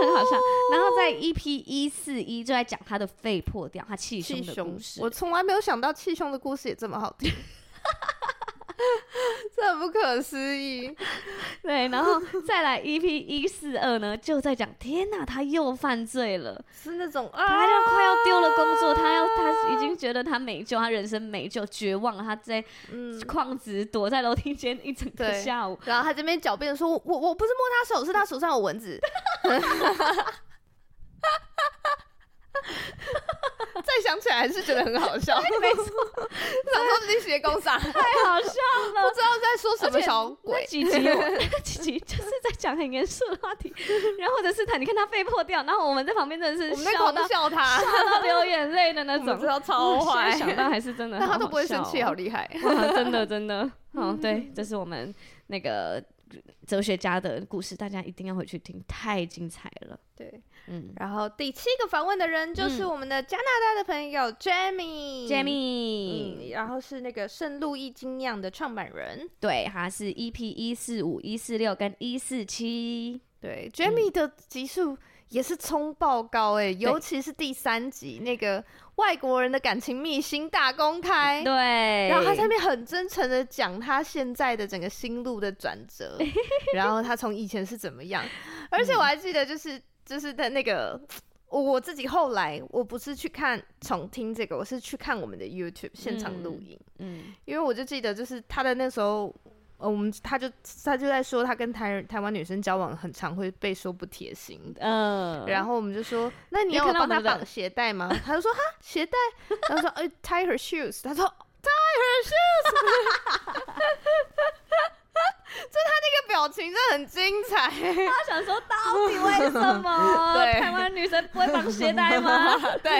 Speaker 1: 哦
Speaker 2: 的很好笑。然后在 EP 一四一就在讲他的肺破掉，他气胸
Speaker 1: 气
Speaker 2: 的故
Speaker 1: 胸
Speaker 2: 事，。
Speaker 1: 我从来没有想到气胸的故事也这么好听， *laughs* 这很不可思议。
Speaker 2: 对，然后再来 EP 一四二呢，就在讲天哪，他又犯罪了。
Speaker 1: 是那种啊，
Speaker 2: 他就快要丢了工作，他要他已经觉得他没救，他人生没救，绝望了。他在
Speaker 1: 嗯，
Speaker 2: 矿子躲在楼梯间一整个
Speaker 1: 对
Speaker 2: 下午，
Speaker 1: 然后他这边狡辩说，我我我不是摸他手，是他手上有蚊子。 *laughs* 再想起来还是觉得很好 *laughs* 笑，没错，想说你斜工傻，不
Speaker 2: 太好笑了。
Speaker 1: 知道在说什么小
Speaker 2: 那
Speaker 1: 鬼。
Speaker 2: 几集
Speaker 1: *laughs*
Speaker 2: 我那几集就是在讲很严肃的话题，然后或者是他，你看他被迫掉，然后我们在旁边真的
Speaker 1: 我
Speaker 2: 是
Speaker 1: 们在
Speaker 2: 笑到
Speaker 1: 狂笑他，
Speaker 2: 笑到流眼泪的那
Speaker 1: *laughs* 我们
Speaker 2: 种
Speaker 1: 知，道超
Speaker 2: 哇
Speaker 1: 坏
Speaker 2: 现在，想到还是真的，
Speaker 1: *laughs* 但他都不会生气，好厉害。
Speaker 2: 哇，哦 *laughs* 真的真的，嗯，对，这是我们那个哲学家的故事，大家一定要回去听，太精彩了，
Speaker 1: 对，
Speaker 2: 嗯。
Speaker 1: 然后第七个访问的人就是
Speaker 2: 嗯
Speaker 1: 我们的加拿大的朋友 Jamie。嗯，
Speaker 2: Jamie，、
Speaker 1: 然后是那个圣路易精酿的创办人。
Speaker 2: 对，他是 EP 一四五、一四六跟一四七，
Speaker 1: 对，Jamie 的集数也是冲爆高哎、尤其是第三集那个外国人的感情秘辛大公开。
Speaker 2: 对，
Speaker 1: 哎然后他在那边很真诚的讲他现在的整个心路的转折，然后他从以前是怎么样，而
Speaker 2: 嗯
Speaker 1: 且我还记得就是就是的那个。我我自己后来我不是去看重听这个，我是去看我们的 YouTube 现场录音，
Speaker 2: 嗯，
Speaker 1: 因为我就记得就是他的那时候，呃，我们他就他就在说他跟台台湾女生交往很常会被说不贴心，
Speaker 2: 呃，
Speaker 1: 然后我们就说，那嗯你
Speaker 2: 有
Speaker 1: 要我
Speaker 2: 看到
Speaker 1: 帮
Speaker 2: 我
Speaker 1: 他
Speaker 2: 们的
Speaker 1: 绑鞋带吗？他就说哈鞋带，他说哎 tie her shoes，他说 tie her shoes，就他那个表情真的很精彩，
Speaker 2: 他想说到底为什
Speaker 1: *laughs*
Speaker 2: 么
Speaker 1: 对
Speaker 2: 台湾女生不会绑鞋带吗？
Speaker 1: *laughs* 对，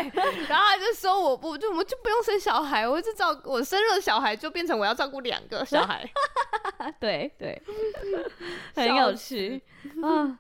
Speaker 1: 然后他就说我不就我们就不用生小孩，我就照我生了小孩就变成我要照顾两个小孩，
Speaker 2: *laughs* 对对，很有趣啊，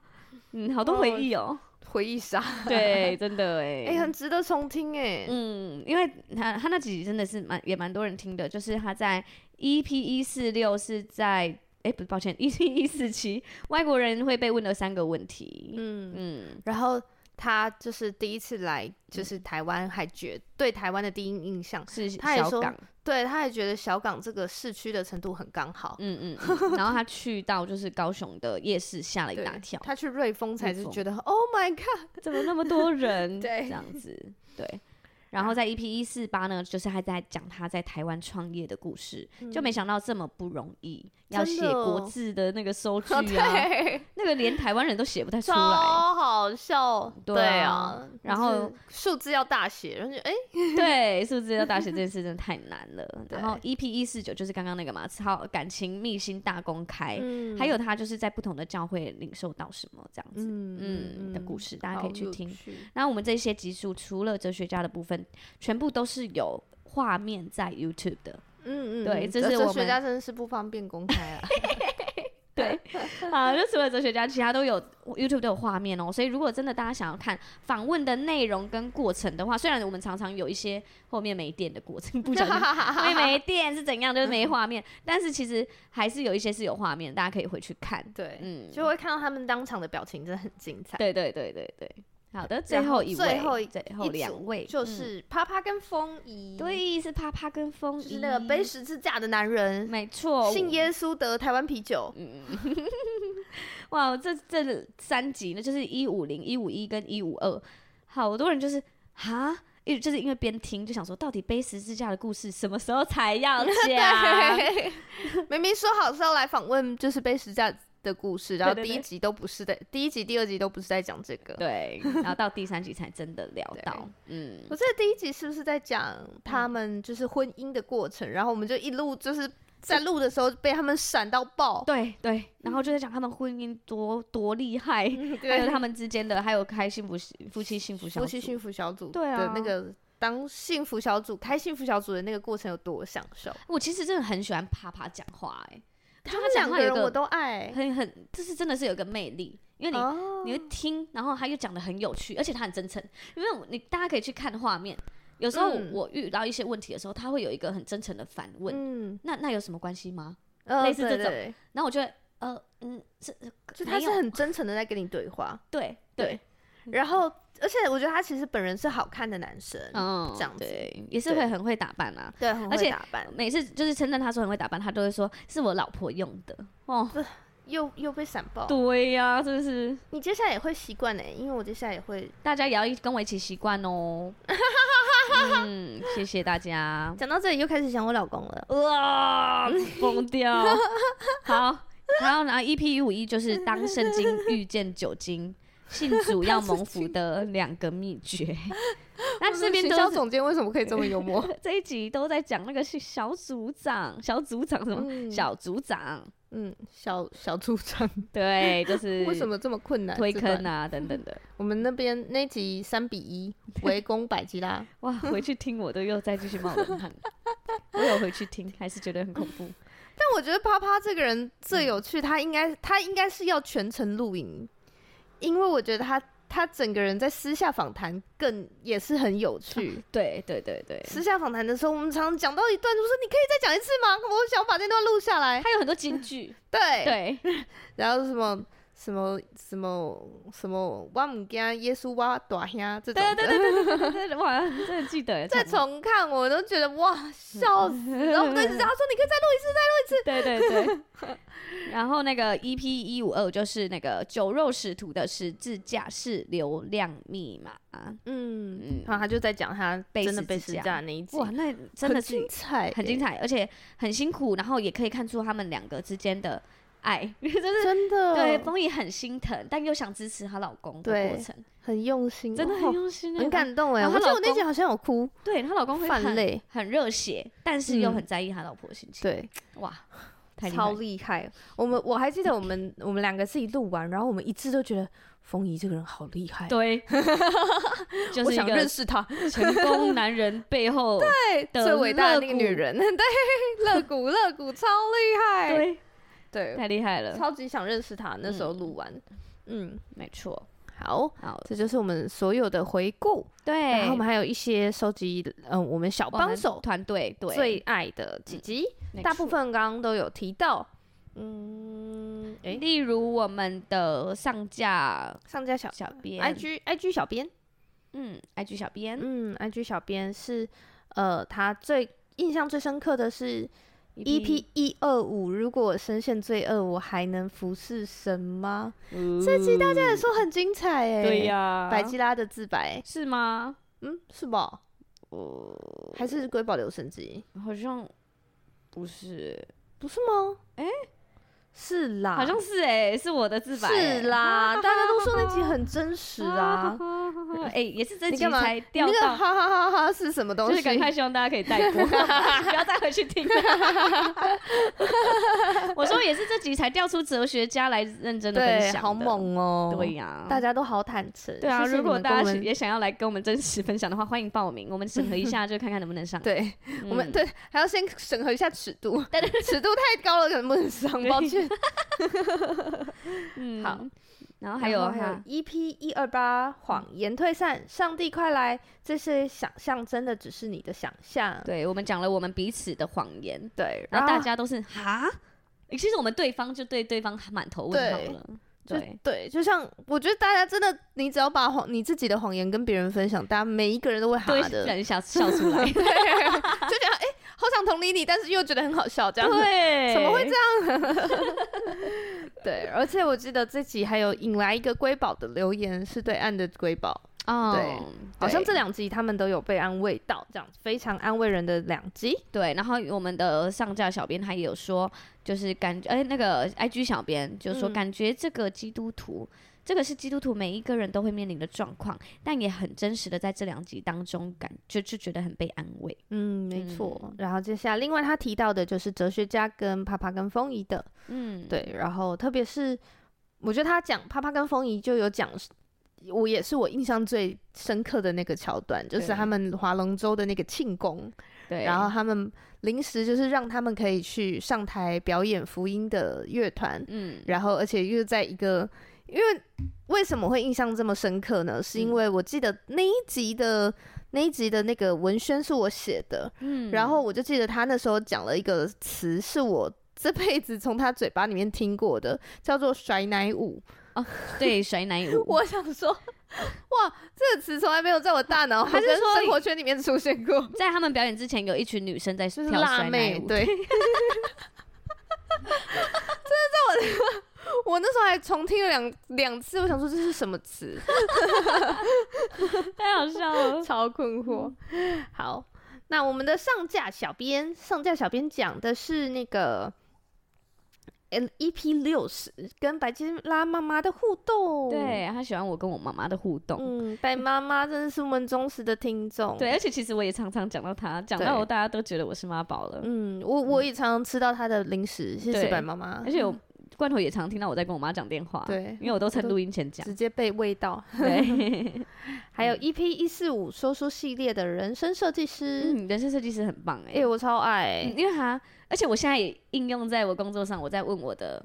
Speaker 2: 嗯，好多回忆哦，
Speaker 1: *laughs* 回忆杀，
Speaker 2: *laughs* 对，真的
Speaker 1: 哦哎、
Speaker 2: 哎，
Speaker 1: 很值得重听哎、
Speaker 2: 嗯，因为他他那几集真的是蛮也蛮多人听的，就是他在 EP 一四六是在哎、不是抱歉，EP 一四七外国人会被问的三个问题，
Speaker 1: 嗯，
Speaker 2: 嗯，
Speaker 1: 然后。他就是第一次来，就是台湾，还觉对台湾的第一印象
Speaker 2: 是
Speaker 1: 他也
Speaker 2: 小
Speaker 1: 说
Speaker 2: 港，
Speaker 1: 对，他也觉得小港这个市区的程度很刚好。
Speaker 2: 嗯嗯嗯，然后他去到就是高雄的夜市吓了一
Speaker 1: 对 *laughs*
Speaker 2: 大跳，
Speaker 1: 他去瑞丰才
Speaker 2: 瑞
Speaker 1: 是
Speaker 2: 丰
Speaker 1: 觉得 Oh my God！
Speaker 2: 怎么那么多 *laughs* 人？
Speaker 1: 对
Speaker 2: 这样子，对。然后在 EP 一四八呢，就是还在讲他在台湾创业的故事，
Speaker 1: *laughs*
Speaker 2: 就没想到这么不容易，要
Speaker 1: 嗯真
Speaker 2: 写
Speaker 1: 的
Speaker 2: 国
Speaker 1: *laughs* 哦
Speaker 2: 字的那个收据啊，
Speaker 1: 对，
Speaker 2: 那个连台湾人都写不
Speaker 1: *laughs*
Speaker 2: 太出
Speaker 1: 超
Speaker 2: 来。
Speaker 1: 好笑。
Speaker 2: 对
Speaker 1: 对
Speaker 2: 啊
Speaker 1: 啊，
Speaker 2: 然
Speaker 1: 就是
Speaker 2: 后
Speaker 1: 数字要大写，然后就哎， *laughs*
Speaker 2: 对，数字要大学这件事真的太难了。
Speaker 1: 对
Speaker 2: 然后 EP 一四九就是刚刚那个嘛，超感情秘辛大公开，
Speaker 1: 嗯
Speaker 2: 还有他就是在不同的教会领受到什么这样子，
Speaker 1: 嗯
Speaker 2: 嗯的故事，大家可以去听。。
Speaker 1: 好有趣
Speaker 2: 那我们这些集数除了哲学家的部分，全部都是有画面在 YouTube 的。
Speaker 1: 嗯嗯，
Speaker 2: 对
Speaker 1: 嗯
Speaker 2: 这
Speaker 1: 哲
Speaker 2: 是
Speaker 1: 哲
Speaker 2: 我
Speaker 1: 学
Speaker 2: 们
Speaker 1: 家真的是不方便公开啊。 *laughs*
Speaker 2: 对，啊，就除了哲学家，其他都有 YouTube 都有画面哦。所以如果真的大家想要看访问的内容跟过程的话，虽然我们常常有一些后面没电的过程， *laughs* 不小
Speaker 1: *laughs*
Speaker 2: 心 *laughs* 后面没电是怎样，就是
Speaker 1: 嗯
Speaker 2: 没画面，但是其实还是有一些是有画面，大家可以回去看。
Speaker 1: 对，
Speaker 2: 嗯，
Speaker 1: 就会看到他们当场的表情，真的很精彩。
Speaker 2: 对对对对对，好的，最
Speaker 1: 然后
Speaker 2: 后一位，
Speaker 1: 最后一
Speaker 2: 最
Speaker 1: 一
Speaker 2: 后
Speaker 1: 组
Speaker 2: 两位
Speaker 1: 就
Speaker 2: 嗯
Speaker 1: 是啪啪跟风仪，，
Speaker 2: 对，是啪啪跟风
Speaker 1: 就是
Speaker 2: 衣哦
Speaker 1: 那个背十字架的男人，
Speaker 2: 没错，
Speaker 1: 信耶稣得台湾啤酒。
Speaker 2: 嗯
Speaker 1: *laughs*
Speaker 2: 哇，这这三集呢，就是一五零、一五一跟一五二，好多人就是哈，一就是因为边听就想说，到底背十字架的故事什么时候才要讲？
Speaker 1: *laughs*
Speaker 2: 啊 *laughs*
Speaker 1: 对，明明说好是要来访问，就是被十字架的故事，然后
Speaker 2: 对对
Speaker 1: 第一
Speaker 2: 对
Speaker 1: 集都不是在，第一集、第二集都不是在讲这个。
Speaker 2: 对，然后到第三集才真的聊到，嗯，
Speaker 1: 我记得第一集是不是在讲他们就是婚姻的过程，然后我们就一路就是在录的时候被他们闪到爆，
Speaker 2: 对对，然后就在讲他们婚姻多多厉害， *laughs* 还有
Speaker 1: 嗯对，
Speaker 2: 他们之间的，还有开幸福夫妻幸福小
Speaker 1: 夫
Speaker 2: 组，
Speaker 1: 妻幸福小组
Speaker 2: 对啊
Speaker 1: 的那个当幸福小组开幸福小组的那个过程有多享受，
Speaker 2: 我其实真的很喜欢啪啪讲话、欸，
Speaker 1: 他们
Speaker 2: 他
Speaker 1: 两
Speaker 2: 讲
Speaker 1: 个
Speaker 2: 话有
Speaker 1: 人
Speaker 2: 一
Speaker 1: 我
Speaker 2: 个
Speaker 1: 都爱
Speaker 2: 哎，。很很，这是真的是有一个魅力，因为你、
Speaker 1: 哦
Speaker 2: 你会听，然后他又讲的很有趣，而且他很真诚，因为我你大家可以去看画面，有时候
Speaker 1: 嗯
Speaker 2: 我遇到一些问题的时候，他会有一个很真诚的反问，
Speaker 1: 嗯，
Speaker 2: 那那有什么关系吗？
Speaker 1: 呃
Speaker 2: 类似这
Speaker 1: 对
Speaker 2: 种
Speaker 1: 对
Speaker 2: 然后我就会呃嗯，是
Speaker 1: 就
Speaker 2: 没
Speaker 1: 他是
Speaker 2: 有
Speaker 1: 很真诚的在跟你对话，
Speaker 2: 对
Speaker 1: 对，然后而且我觉得他其实本人是好看的男生，
Speaker 2: 嗯，
Speaker 1: 这样子
Speaker 2: 对，也是会
Speaker 1: 对
Speaker 2: 很会打扮啊。
Speaker 1: 对，很
Speaker 2: 而
Speaker 1: 会
Speaker 2: 且
Speaker 1: 打扮，
Speaker 2: 每次就是称赞他说很会打扮，他都会说是我老婆用的哦。
Speaker 1: 又又被闪爆。
Speaker 2: 对呀、是不是？
Speaker 1: 你接下来也会习惯呢，因为我接下来也会
Speaker 2: 大家也要一跟我一起习惯 *laughs* 哦。嗯，谢谢大家。
Speaker 1: 讲到这里又开始想我老公 *laughs* 了。
Speaker 2: 哇，疯 *laughs* 掉！好，然后呢，EP 五一就是当圣经 *laughs* 遇见酒精，信主要蒙福的两个秘 *laughs* 诀。那这边
Speaker 1: 我们行
Speaker 2: 都
Speaker 1: 销
Speaker 2: 是
Speaker 1: 总监为什么可以这么幽
Speaker 2: *laughs*
Speaker 1: 默？
Speaker 2: 这一集都在讲那个是小组长，小组长什么？
Speaker 1: 嗯
Speaker 2: 小组长，
Speaker 1: *laughs*
Speaker 2: *laughs*
Speaker 1: 嗯，小小组长
Speaker 2: 对， *laughs* 就是
Speaker 1: 为什么这么困难？
Speaker 2: 推
Speaker 1: 这
Speaker 2: 坑
Speaker 1: 段
Speaker 2: 啊等等 *laughs* 的。
Speaker 1: 我们那边那集三比一围攻百吉
Speaker 2: *laughs*
Speaker 1: 拉，
Speaker 2: 哇，回去听我都又再继续冒冷汗。我有回去听，还是觉得很恐怖。
Speaker 1: 但我觉得啪啪这个人
Speaker 2: 嗯
Speaker 1: 最有趣，他应该他应该是要全程录影，因为我觉得他他整个人在私下访谈更也是很有趣。
Speaker 2: *laughs* 对对对哦对，
Speaker 1: 私下访谈的时候，我们常常讲到一段，就说你可以再讲一次吗？我想把那段录下来。
Speaker 2: 他有很多金句，
Speaker 1: 对，
Speaker 2: *laughs* 对，
Speaker 1: 然后什么什么什么什么，我唔惊耶稣我大兄这种的，
Speaker 2: 对对对对对对对 *laughs* 对，哇，真的记得。
Speaker 1: 再
Speaker 2: 从
Speaker 1: 重看我都觉得哇笑死。然后我们都一直讲他说你可以再录一次，
Speaker 2: 对对对。 *laughs* 然后那个 EP 一五二就是那个酒肉使徒的十字架是流量密码。
Speaker 1: 嗯，然后他就在讲他
Speaker 2: 被
Speaker 1: 真的
Speaker 2: 十
Speaker 1: 被
Speaker 2: 字
Speaker 1: 施
Speaker 2: 架
Speaker 1: 架那一集，
Speaker 2: 哇，那真的
Speaker 1: 很
Speaker 2: 是
Speaker 1: 精彩，
Speaker 2: 很精
Speaker 1: 彩，
Speaker 2: 彩，而且很辛苦，然后也可以看出他们两个之间的爱， *laughs* 就
Speaker 1: *laughs*
Speaker 2: 是
Speaker 1: 真的
Speaker 2: 对风仪很心疼，但又想支持她老公的过
Speaker 1: 对
Speaker 2: 程，
Speaker 1: 很用心，
Speaker 2: 真的
Speaker 1: 哦
Speaker 2: 很用心欸，
Speaker 1: 很感动哎。
Speaker 2: 然
Speaker 1: 我
Speaker 2: 后
Speaker 1: 记
Speaker 2: 她
Speaker 1: 得
Speaker 2: 老
Speaker 1: 我那集好像有哭，
Speaker 2: 对她老公会
Speaker 1: 泛
Speaker 2: 很
Speaker 1: 泪，
Speaker 2: 很热血，但是又
Speaker 1: 嗯
Speaker 2: 很在意她老婆的心情。
Speaker 1: 对，
Speaker 2: 哇，太厉害
Speaker 1: 超
Speaker 2: 了！
Speaker 1: 厉害。我们我还记得我
Speaker 2: *laughs*
Speaker 1: 们我们两个自己录完，然后我们一致都觉得冯怡这个人好厉害， *laughs*
Speaker 2: 对，就
Speaker 1: 我
Speaker 2: 是一
Speaker 1: 想认
Speaker 2: 个
Speaker 1: 识他。
Speaker 2: 成功男人背后
Speaker 1: *laughs* 对
Speaker 2: 的
Speaker 1: 最伟大的那
Speaker 2: 肋
Speaker 1: 个
Speaker 2: 骨
Speaker 1: 女人， *laughs* 对，乐
Speaker 2: *laughs*
Speaker 1: 谷乐谷超厉害，
Speaker 2: 对，
Speaker 1: 对，
Speaker 2: 太厉害了，
Speaker 1: 超级想认识她。那时候录完，嗯，
Speaker 2: 没错。
Speaker 1: 好，
Speaker 2: 好，
Speaker 1: 这就是我们所有的回顾，
Speaker 2: 对，
Speaker 1: 然后我们还有一些收集，嗯，我们小
Speaker 2: 我们
Speaker 1: 帮手
Speaker 2: 团队对嗯
Speaker 1: 最爱的几集，
Speaker 2: 没
Speaker 1: 大部
Speaker 2: 错
Speaker 1: 分刚刚都有提到，嗯，诶，
Speaker 2: 例如我们的上架
Speaker 1: 上家小
Speaker 2: 小编
Speaker 1: IG IG 小编，
Speaker 2: 嗯，IG 小编
Speaker 1: 嗯，IG 小编是，呃，他最印象最深刻的是
Speaker 2: ，E
Speaker 1: EP 一二五，如果我深陷罪恶，我还能服侍神吗？
Speaker 2: 这
Speaker 1: 这集大家也说很精彩哎、
Speaker 2: 对、呀，
Speaker 1: 百吉拉的自白，
Speaker 2: 是吗？
Speaker 1: 嗯，是吧？呃还是瑰宝留声机？
Speaker 2: 好像不是，
Speaker 1: 不是吗？
Speaker 2: 诶
Speaker 1: 是啦，
Speaker 2: 好像是哎、是我的自白、欸，
Speaker 1: 是 *laughs* 啦，大家都说那集很真实 *laughs* 啊。
Speaker 2: *laughs* 哎、也是这
Speaker 1: 你
Speaker 2: 集
Speaker 1: 干嘛
Speaker 2: 才
Speaker 1: 你
Speaker 2: 调
Speaker 1: 那个
Speaker 2: 到
Speaker 1: 哈，哈哈哈是什么东
Speaker 2: 就
Speaker 1: 西？
Speaker 2: 是赶快希望大家可以
Speaker 1: *laughs*
Speaker 2: 带过，不要再回去听。 *laughs* 我说也是这集才调出哲学家来认真的分
Speaker 1: 对，
Speaker 2: 享的，
Speaker 1: 好、猛哦、
Speaker 2: 对呀、
Speaker 1: 大家都好坦诚。
Speaker 2: 嗯对啊，
Speaker 1: 谢谢
Speaker 2: 如
Speaker 1: 你
Speaker 2: 果
Speaker 1: 们跟
Speaker 2: 大
Speaker 1: 我
Speaker 2: 家
Speaker 1: 们
Speaker 2: 也想要来跟我们真实分享的话，欢迎报名，我们审核一下，就看看能不能上。
Speaker 1: 对 *laughs*
Speaker 2: 嗯，
Speaker 1: 我们对还要先审核一下尺度，尺度太高了可能不能上，抱歉。
Speaker 2: 嗯
Speaker 1: 好，
Speaker 2: 然 *laughs* 后还有
Speaker 1: 还有
Speaker 2: 哈，
Speaker 1: EP 一二八谎言退散，上帝快来，这些想象真的只是你的想象。
Speaker 2: 对我们讲了我们彼此的谎言，
Speaker 1: 对，
Speaker 2: 然后大家都是哈，诶其实我们对方就对对方满头问号
Speaker 1: 对
Speaker 2: 了，
Speaker 1: 就
Speaker 2: 对，
Speaker 1: 对，就像我觉得大家真的，你只要把谎你自己的谎言跟别人分享，大家每一个人都会哈
Speaker 2: 对，
Speaker 1: 的，
Speaker 2: 人笑笑出来，
Speaker 1: 对，就觉得哎、好想同理你，但是又觉得很好笑，这样子。
Speaker 2: 对，
Speaker 1: 怎么会这对，而且我记得这集还有引来一个瑰宝的留言，是对岸的瑰宝，
Speaker 2: 哦
Speaker 1: 对，好像这两集他们都有被安慰到，这样子非常安慰人的两集。
Speaker 2: 对，然后我们的上架小编他也有说，就是感觉哎、那个 IG 小编就说，
Speaker 1: 嗯
Speaker 2: 感觉这个基督徒，这个是基督徒每一个人都会面临的状况，但也很真实的在这两集当中感就就觉得很被安慰。
Speaker 1: 嗯，没错。
Speaker 2: 嗯
Speaker 1: 然后接下来，另外他提到的就是哲学家跟帕帕跟风仪的，
Speaker 2: 嗯，
Speaker 1: 对。然后特别是我觉得他讲帕帕跟风仪就有讲，我也是我印象最深刻的那个桥段，就是
Speaker 2: 对
Speaker 1: 他们划龙舟的那个庆功，
Speaker 2: 对，
Speaker 1: 然后他们临时就是让他们可以去上台表演福音的乐团，
Speaker 2: 嗯，
Speaker 1: 然后而且又在一个，因为为什么会印象这么深刻呢？是因为我记得那一集的那一集的那个文宣是我写的，
Speaker 2: 嗯
Speaker 1: 然后我就记得他那时候讲了一个词，是我这辈子从他嘴巴里面听过的，叫做甩奶舞。
Speaker 2: 对甩奶舞，
Speaker 1: *laughs* 我想说，哇，这个词从来没有在我大脑
Speaker 2: 还
Speaker 1: 还
Speaker 2: 是
Speaker 1: 是
Speaker 2: 说
Speaker 1: 生活圈里面出现过，
Speaker 2: 在他们表演之前，有一群女生在
Speaker 1: 就
Speaker 2: 跳
Speaker 1: 是
Speaker 2: 甩
Speaker 1: 辣
Speaker 2: 奶
Speaker 1: 妹，*laughs*
Speaker 2: 舞，
Speaker 1: 对。真的在我， *laughs* 我那时候还重听了两两次，我想说这是什么词，
Speaker 2: *laughs* 太好笑
Speaker 1: *laughs*
Speaker 2: 了。
Speaker 1: 超困惑。好，那我们的上架小编，上架小编讲的是那个 L EP 六十跟白金拉妈妈的互动。，
Speaker 2: 对，他喜欢我跟我妈妈的互动。
Speaker 1: 嗯，白妈妈真的是我们忠实的听众。，
Speaker 2: 对，而且其实我也常常讲到他，讲到
Speaker 1: 哦对
Speaker 2: 我大家都觉得我是妈宝了。
Speaker 1: 嗯，我我也常常吃到她的零食，谢谢
Speaker 2: 对
Speaker 1: 白妈妈。嗯
Speaker 2: 而且我罐头也常听到我在跟我妈讲电话，，
Speaker 1: 对，
Speaker 2: 因为我都趁
Speaker 1: 都
Speaker 2: 录音前讲，
Speaker 1: 直接被喂到。 *laughs*
Speaker 2: 对，
Speaker 1: 还有 EP 一四五说书系列的人生设计师，
Speaker 2: 嗯，人生设计师很棒哎、
Speaker 1: 哎、我超爱、
Speaker 2: 嗯因为他，而且我现在也应用在我工作上，我在问我的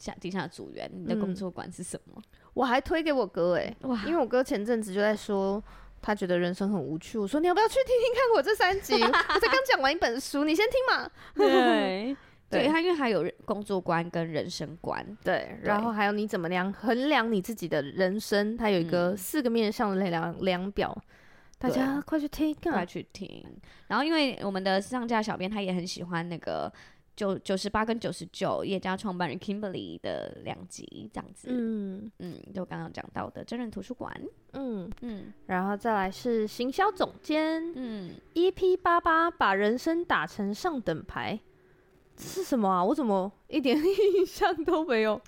Speaker 2: 下底下组员，你的工
Speaker 1: 嗯
Speaker 2: 作观是什么？
Speaker 1: 我还推给我哥哎、
Speaker 2: 哇，
Speaker 1: 因为我哥前阵子就在说。他觉得人生很无趣，我说你要不要去听听看我这三集？我才刚讲完一本书，你先听嘛。
Speaker 2: 对，对
Speaker 1: 对
Speaker 2: 他，因为他有人工作观跟人生观，
Speaker 1: 对，然后还有你怎么量衡量你自己的人生，它有一个
Speaker 2: 嗯
Speaker 1: 四个面向的量量表，大
Speaker 2: 对
Speaker 1: 家快去听
Speaker 2: 快
Speaker 1: 啊！
Speaker 2: 去听。然后因为我们的上架小编他也很喜欢那个。九九十八跟九十九，叶家创办人 Kimberly 的两集这样子，嗯
Speaker 1: 嗯
Speaker 2: 就刚刚讲到的真人图书馆，
Speaker 1: 嗯，
Speaker 2: 嗯
Speaker 1: 然后再来是行销总监
Speaker 2: 嗯，
Speaker 1: EP 八八，把人生打成上等牌，这是什么啊？我怎么一点印象都没 *laughs* 有？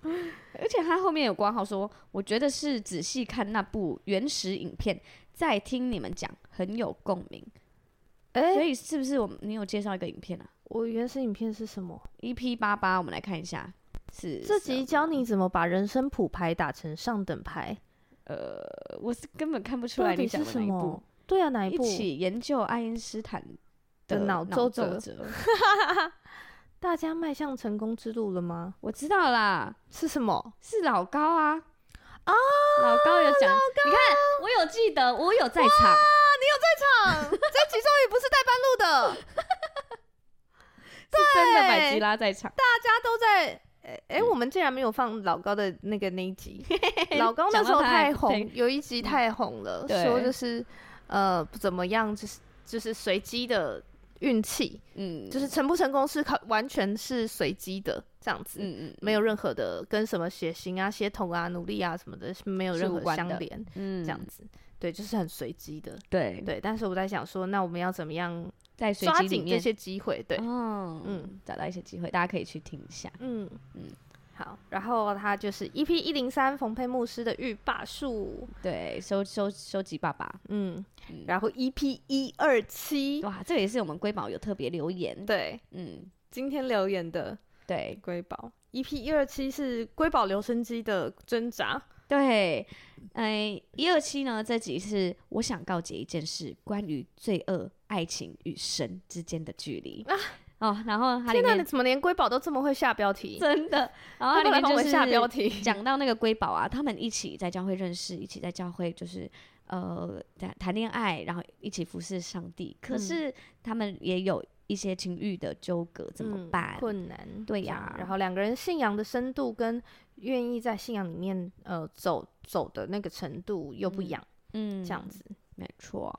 Speaker 2: 而且他后面有挂号说，我觉得是仔细看那部原始影片，再听你们讲，很有共鸣。
Speaker 1: 哎、
Speaker 2: 所以是不是我们你有介绍一个影片啊
Speaker 1: 我原始影片是什么？
Speaker 2: ？EP 八八，我们来看一下，是
Speaker 1: 这
Speaker 2: 什
Speaker 1: 集
Speaker 2: 么
Speaker 1: 教你怎么把人生普牌打成上等牌，
Speaker 2: 呃，我是根本看不出
Speaker 1: 到
Speaker 2: 来
Speaker 1: 底
Speaker 2: 你讲
Speaker 1: 是
Speaker 2: 的
Speaker 1: 什
Speaker 2: 哪一
Speaker 1: 么
Speaker 2: 部？？
Speaker 1: 对啊，哪一
Speaker 2: 一
Speaker 1: 部？
Speaker 2: 起研究爱因斯坦的
Speaker 1: 的
Speaker 2: 脑
Speaker 1: 脑
Speaker 2: 皱
Speaker 1: 皱
Speaker 2: 褶
Speaker 1: 褶，大家迈向成功之路了吗？
Speaker 2: 我知道啦，
Speaker 1: 是什么？
Speaker 2: 是老高啊。哦，老高有讲，你看我有记得，我有在场，
Speaker 1: 啊，这集终于不是带班路的，
Speaker 2: 是真的百吉拉在场。
Speaker 1: 大家都在。哎、哎
Speaker 2: 嗯
Speaker 1: 我们竟然没有放老高的那个那一
Speaker 2: *laughs*
Speaker 1: 集，老高那时候太
Speaker 2: 讲到嗯
Speaker 1: 红，有一集太红了，
Speaker 2: 对
Speaker 1: 说就是呃不怎么样，就是就是随机的运气，
Speaker 2: 嗯，
Speaker 1: 就是成不成功是靠完全是随机的这样子，
Speaker 2: 嗯嗯，
Speaker 1: 没有任何的跟什么血型啊、血统啊、努力啊什么的，是没有
Speaker 2: 是
Speaker 1: 任
Speaker 2: 无
Speaker 1: 何
Speaker 2: 关
Speaker 1: 相
Speaker 2: 的
Speaker 1: 连，
Speaker 2: 嗯
Speaker 1: 这样子，对，就是很随机的，
Speaker 2: 对，
Speaker 1: 对。但是我在想说，那我们要怎么样
Speaker 2: 在随
Speaker 1: 抓
Speaker 2: 机里
Speaker 1: 紧这
Speaker 2: 面，
Speaker 1: 些机会？对，
Speaker 2: 哦，嗯
Speaker 1: 嗯，
Speaker 2: 找到一些机会，大家可以去听一下。
Speaker 1: 嗯
Speaker 2: 嗯
Speaker 1: 嗯，好。然后他就是 EP 一零三冯佩牧师的欲罢术，
Speaker 2: 对，收收收集爸爸，
Speaker 1: 嗯，然后 EP 一二七，
Speaker 2: 哇，这个也是我们瑰宝有特别留言，
Speaker 1: 对，
Speaker 2: 嗯，
Speaker 1: 今天留言的
Speaker 2: 对
Speaker 1: 瑰宝 EP 一二七是瑰宝留声机的挣扎，
Speaker 2: 对，哎，一二七呢，这集是我想告解一件事，关于罪恶、爱情与神之间的距离哦，然后它里
Speaker 1: 啊天哪，你
Speaker 2: 面
Speaker 1: 怎么连瑰宝都这么会下标题？
Speaker 2: *laughs* 真的，然后
Speaker 1: 他
Speaker 2: 它里
Speaker 1: 来
Speaker 2: 面
Speaker 1: 帮
Speaker 2: 就
Speaker 1: 我
Speaker 2: 是
Speaker 1: 下标题，
Speaker 2: 讲到那个瑰宝啊，他们一起在教会认识，一起在教会就是呃谈谈恋爱，然后一起服侍上帝。可
Speaker 1: 嗯
Speaker 2: 是他们也有一些情欲的纠葛，怎么
Speaker 1: 嗯
Speaker 2: 办？
Speaker 1: 困难，
Speaker 2: 对
Speaker 1: 这样
Speaker 2: 呀
Speaker 1: 然后两个人信仰的深度跟愿意在信仰里面呃走走的那个程度又不一样，
Speaker 2: 嗯，
Speaker 1: 这样子。
Speaker 2: 没错，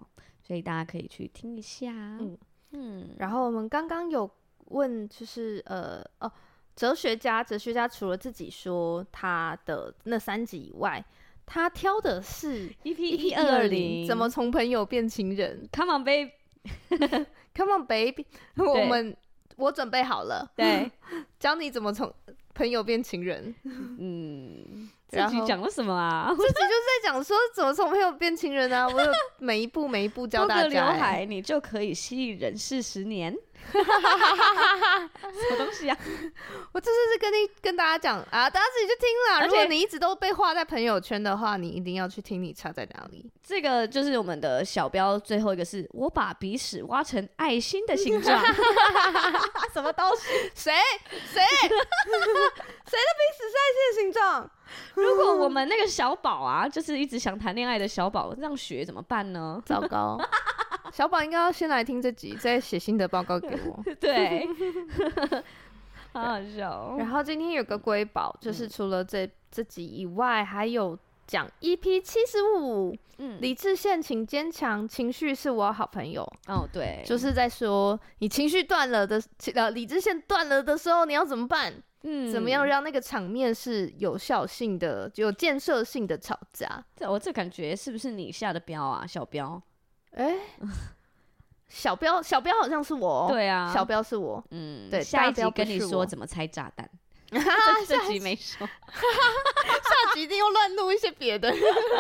Speaker 2: 所以大家可以去听一下。嗯
Speaker 1: 嗯
Speaker 2: 嗯，
Speaker 1: 然后我们刚刚有问，就是呃哦，哲学家，哲学家除了自己说他的那三集以外，他挑的是
Speaker 2: EP E 一二零，
Speaker 1: 怎么从朋友变情人
Speaker 2: ？Come
Speaker 1: *laughs*
Speaker 2: on baby，
Speaker 1: ？Come on baby，我 *laughs* 们我准备好了，
Speaker 2: 对，
Speaker 1: *laughs* 教你怎么从朋友变情人。 *laughs*
Speaker 2: 嗯，这
Speaker 1: 然
Speaker 2: 集
Speaker 1: 后
Speaker 2: 讲了什么啊？
Speaker 1: 这集就是在讲说怎么从朋友变情人啊！我
Speaker 2: *laughs*
Speaker 1: 有每一步每一步教
Speaker 2: 多
Speaker 1: 大
Speaker 2: 个
Speaker 1: 家、
Speaker 2: 刘
Speaker 1: 欸。
Speaker 2: 海，你就可以吸引人世十年。
Speaker 1: *laughs*
Speaker 2: 什么东西啊？
Speaker 1: 我这次是跟你跟大家讲啊，大家自己去听啦。
Speaker 2: 而
Speaker 1: 如果
Speaker 2: 且
Speaker 1: 你一直都被画在朋友圈的话，你一定要去听你差在哪里。
Speaker 2: 这个就是我们的小标，最后一个是我把鼻屎挖成爱心的
Speaker 1: *laughs*
Speaker 2: 形状，什么东西？
Speaker 1: 谁谁 *laughs* 谁的鼻屎是爱心的形状？
Speaker 2: 如果我们那个小宝啊，就是一直想谈恋爱的小宝，这样学怎么办
Speaker 1: *laughs*
Speaker 2: 呢？
Speaker 1: 糟糕，小宝应该要先来听这集，再写新的报告给我。 *laughs*
Speaker 2: 对，好好笑哦。
Speaker 1: 然后今天有个瑰宝，就是除了这这集以外，还有讲 EP 七十五，
Speaker 2: 嗯，
Speaker 1: 理智线请坚强，情绪是我好朋友，
Speaker 2: 哦，对，
Speaker 1: 就是在说你情绪断了的，呃，理智线断了的时候，你要怎么办？
Speaker 2: 嗯
Speaker 1: 怎么样？让那个场面是有效性的、有建设性的吵架？
Speaker 2: 这我这感觉是不是你下的标啊？小标？
Speaker 1: 哎、小标，小标好像是我哦，
Speaker 2: 对啊，
Speaker 1: 小标是 *laughs* 我，
Speaker 2: 嗯，
Speaker 1: 对
Speaker 2: 下
Speaker 1: 大
Speaker 2: 一集
Speaker 1: 标不
Speaker 2: 跟你
Speaker 1: 是
Speaker 2: 说
Speaker 1: 我
Speaker 2: 怎么拆炸
Speaker 1: *laughs*
Speaker 2: 弹。这这集没说，
Speaker 1: 下集一定又乱录一些别的，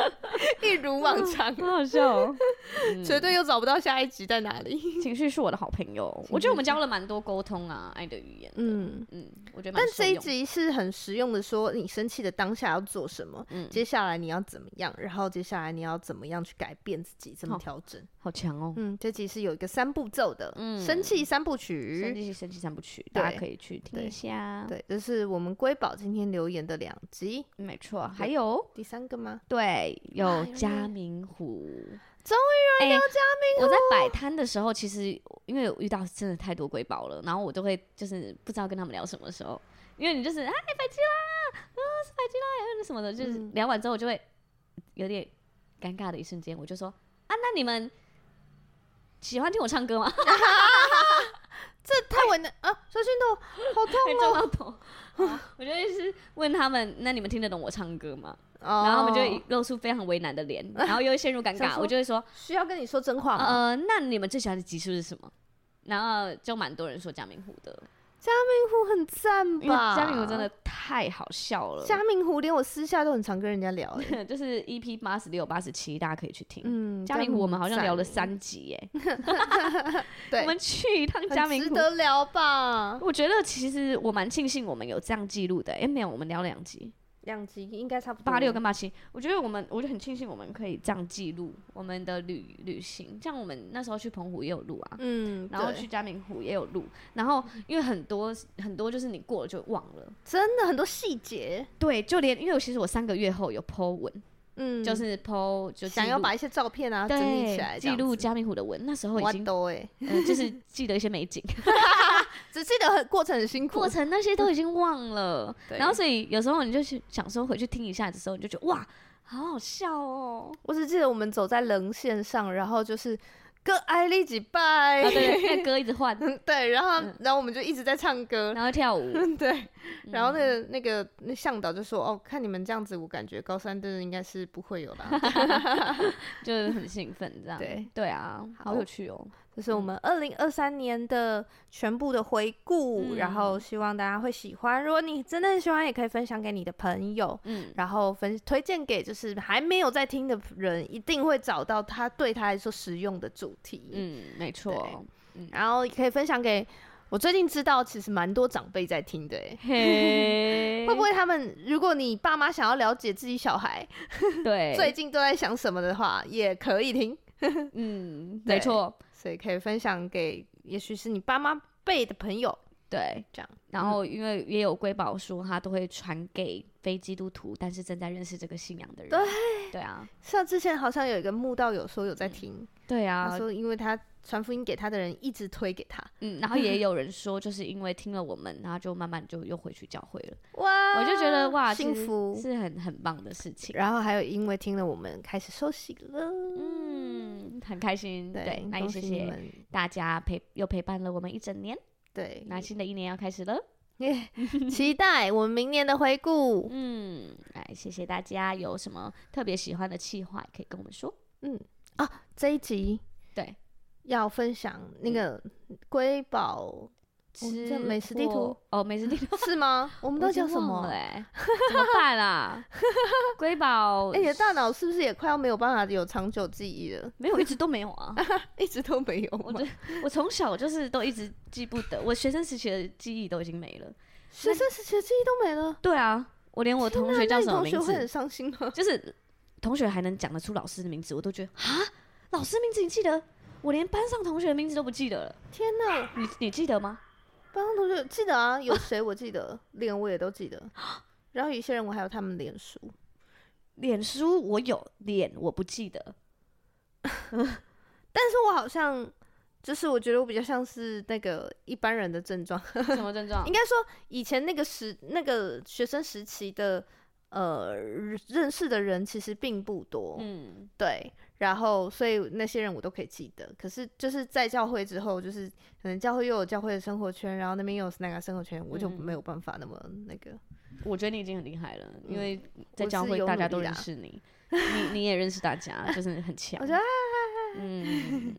Speaker 1: *laughs* 一如往常，
Speaker 2: 很好笑、哦。
Speaker 1: *laughs* 绝对又找不到下一集在哪里。
Speaker 2: 情绪是我的好朋友，我觉得我们教了蛮多沟通啊，爱的语言。
Speaker 1: 嗯，
Speaker 2: 嗯，我觉得蛮
Speaker 1: 但
Speaker 2: 受
Speaker 1: 这一
Speaker 2: 用的
Speaker 1: 集是很实用的，说你生气的当下要做什么，
Speaker 2: 嗯
Speaker 1: 接下来你要怎么样，然后接下来你要怎么样去改变自己，怎么
Speaker 2: 好
Speaker 1: 调整。
Speaker 2: 好强哦。
Speaker 1: 嗯，这集是有一个三步骤的，
Speaker 2: 嗯
Speaker 1: 生气三部
Speaker 2: 生
Speaker 1: 曲。
Speaker 2: 气生气三部曲，大家
Speaker 1: 对
Speaker 2: 可以去听
Speaker 1: 对
Speaker 2: 一下。啊
Speaker 1: 对，这是我们瑰宝今天留言的两集，
Speaker 2: 没错，还有
Speaker 1: 第三个吗？
Speaker 2: 对有
Speaker 1: 人
Speaker 2: 嘉明湖，
Speaker 1: 终
Speaker 2: 于有人嘉明湖。我在摆摊的时候，其实因为我遇到真的太多瑰宝了，然后我都会就是不知道跟他们聊什么时候，因为你就是哎百吉啦，啊是百吉啦，那什么的，就是
Speaker 1: 嗯
Speaker 2: 聊完之后我就会有点尴尬的一瞬间，我就说啊那你们喜欢听我唱歌吗？
Speaker 1: 这太稳了啊！小心头好痛
Speaker 2: 会撞 *laughs* 到头。好我就一直问他们，那你们听得懂我唱歌吗？
Speaker 1: 哦。
Speaker 2: 然后他们就露出非常为难的脸，然后又会陷入 *laughs* 尴
Speaker 1: 想
Speaker 2: 尬。
Speaker 1: 说
Speaker 2: 我就会说，
Speaker 1: 需要跟你说真话吗？
Speaker 2: 呃，那你们最喜欢的集数是什么？然后就蛮多人说嘉明湖的，
Speaker 1: 明湖很赞
Speaker 2: 因为
Speaker 1: 吧？
Speaker 2: 嘉明湖真的，太好笑了。
Speaker 1: 嘉明湖连我私下都很常跟人家聊欸。
Speaker 2: *laughs* 就是 EP 八十六、八十七，大家可以去听。
Speaker 1: 嗯，
Speaker 2: 嘉明湖我们好
Speaker 1: 很
Speaker 2: 像
Speaker 1: 赞
Speaker 2: 聊了，三集 *laughs* 耶，
Speaker 1: 对，
Speaker 2: 我们去一趟 *laughs* 嘉
Speaker 1: 很
Speaker 2: 明
Speaker 1: 值
Speaker 2: 湖。
Speaker 1: 得聊吧？
Speaker 2: 我觉得其实我蛮庆幸我们有这样记录的，哎，没有，我们聊两集，
Speaker 1: 两集应该差不多。
Speaker 2: 八六跟八七，我觉得我们我就很庆幸我们可以这样记录我们的旅旅行，像我们那时候去澎湖也有录啊，
Speaker 1: 嗯，
Speaker 2: 然后
Speaker 1: 对
Speaker 2: 去嘉明湖也有录，然后因为很多很多就是你过了就忘了，
Speaker 1: 真的很多细节，
Speaker 2: 对，就连因为我其实我三个月后有 po 文，
Speaker 1: 嗯，
Speaker 2: 就是 po 就
Speaker 1: 想
Speaker 2: 记
Speaker 1: 要
Speaker 2: 录
Speaker 1: 把一些照片啊整理起来
Speaker 2: 对
Speaker 1: 这样
Speaker 2: 记
Speaker 1: 子，
Speaker 2: 录嘉明湖的文，那时候已
Speaker 1: 我
Speaker 2: 经
Speaker 1: 都哎，
Speaker 2: 呃就是记得一些美景，
Speaker 1: 只记得 *laughs* 很过程很辛苦
Speaker 2: 过，程那些都已经忘了，
Speaker 1: 对
Speaker 2: 然后所以有时候你就去想说回去听一下的时候，你就觉得哇，好好笑哦。
Speaker 1: 我只记得我们走在棱线上，然后就是各挨了几拜
Speaker 2: 啊，，
Speaker 1: *laughs*
Speaker 2: 对，那个歌一直换，
Speaker 1: 嗯对，然后
Speaker 2: 嗯
Speaker 1: 然后我们就一直在唱歌。
Speaker 2: 然后
Speaker 1: *laughs*
Speaker 2: 跳舞，
Speaker 1: 嗯，对，然后那
Speaker 2: 嗯
Speaker 1: 个那个那向导就说：“哦，看你们这样子，我感觉高三真的啊应该是不会有
Speaker 2: *laughs*
Speaker 1: 啦。
Speaker 2: 就是很兴奋这样。
Speaker 1: 对
Speaker 2: 对啊，好
Speaker 1: 好
Speaker 2: 有趣哦。”
Speaker 1: 这是我们二零二三年的全部的回顾，
Speaker 2: 嗯
Speaker 1: 然后希望大家会喜欢。如果你真的很喜欢，也可以分享给你的朋友。
Speaker 2: 嗯，
Speaker 1: 然后分推荐给就是还没有在听的人，一定会找到他对他来说实用的主题。
Speaker 2: 嗯，没错。
Speaker 1: 然后也可以分享给我最近知道，其实蛮多长辈在听的诶。
Speaker 2: 嘿，
Speaker 1: *laughs* 会不会他们，如果你爸妈想要了解自己小孩最
Speaker 2: 对？
Speaker 1: 近都在想什么的话，也可以听，
Speaker 2: 嗯，
Speaker 1: 对
Speaker 2: 没错，
Speaker 1: 所以可以分享给也许是你爸妈辈的朋友，
Speaker 2: 对。
Speaker 1: 这样
Speaker 2: 然后因为也有瑰宝说，他都会传给非基督徒，但是正在认识这个信仰的人。对，对啊，
Speaker 1: 像之前好像有一个慕道友说有在听，
Speaker 2: 对啊
Speaker 1: 他，说因为他传福音给他的人一直推给他，
Speaker 2: 嗯，然
Speaker 1: *laughs*
Speaker 2: 后也有人说，就是因为听了我们，然后就慢慢就又回去教会了。
Speaker 1: 哇
Speaker 2: 我就觉得哇，
Speaker 1: 幸
Speaker 2: 其实
Speaker 1: 福
Speaker 2: 是很很棒的事情。
Speaker 1: 然后还有因为听了我们开始休息了，
Speaker 2: 嗯，很开心。
Speaker 1: 对，
Speaker 2: 对，那也
Speaker 1: 恭
Speaker 2: 谢
Speaker 1: 喜你
Speaker 2: 谢
Speaker 1: 们，
Speaker 2: 大家陪又陪伴了我们一整年。
Speaker 1: 对，
Speaker 2: 那新的一年要开始了，
Speaker 1: 耶期待我们明年的回顾。
Speaker 2: 嗯，来谢谢大家，有什么特别喜欢的企划也可以跟我们说。
Speaker 1: 这一集
Speaker 2: 对，嗯
Speaker 1: 要分享那个瑰
Speaker 2: *laughs*
Speaker 1: 宝
Speaker 2: 吃
Speaker 1: 哦这美食地
Speaker 2: 过
Speaker 1: 图
Speaker 2: 哦，美食地图
Speaker 1: 是吗？我们
Speaker 2: 我
Speaker 1: 都
Speaker 2: 已经
Speaker 1: 叫什
Speaker 2: 忘
Speaker 1: 么啊
Speaker 2: 了？ *laughs* 欸怎么办啊？ *laughs* 瑰宝
Speaker 1: 哎，你的大脑是不是也快要没有办法有长久记忆了？
Speaker 2: 没有，一直都没有啊。
Speaker 1: 一直都没有
Speaker 2: 我
Speaker 1: 吗
Speaker 2: 这？ *laughs* 我从小就是都一直记不得，我学生时期的记忆都已经没了。
Speaker 1: 学生时期的记忆都没了。
Speaker 2: 对啊，我连我同学
Speaker 1: 那
Speaker 2: 叫
Speaker 1: 你
Speaker 2: 什么
Speaker 1: 同学
Speaker 2: 名
Speaker 1: 会很
Speaker 2: 字，
Speaker 1: 伤心吗？
Speaker 2: 就是同学还能讲得出老师的名字，我都觉得啊，老师名字你记得？我连班上同学的名字都不记得了，
Speaker 1: 天哪！
Speaker 2: 你你记得吗？
Speaker 1: 班上同学记得啊，有谁我记得，脸我也都
Speaker 2: *gasps*
Speaker 1: 记得。然后有些人我还有他们脸书，
Speaker 2: 脸书我有，脸我不记得。
Speaker 1: 但是我好像就是我觉得我比较像是那个一般人的症状，
Speaker 2: 什么症状
Speaker 1: 应？该说以前那个时那个学生时期的呃认识的人其实并不多，
Speaker 2: 嗯，
Speaker 1: 对，然后所以那些人我都可以记得。可是就是在教会之后，就是可能教会又有教会的生活圈，然后那边又有那个生活圈，我就
Speaker 2: 嗯
Speaker 1: 没有办法那么那个。
Speaker 2: 我觉得你已经很厉害了，因
Speaker 1: 嗯
Speaker 2: 为在
Speaker 1: 我
Speaker 2: 教
Speaker 1: 是
Speaker 2: 会
Speaker 1: 有
Speaker 2: 大
Speaker 1: 努
Speaker 2: 家都
Speaker 1: 力
Speaker 2: 认
Speaker 1: 啦
Speaker 2: 识你，你你也认识大家，就是很强。
Speaker 1: 我觉得
Speaker 2: 嗯，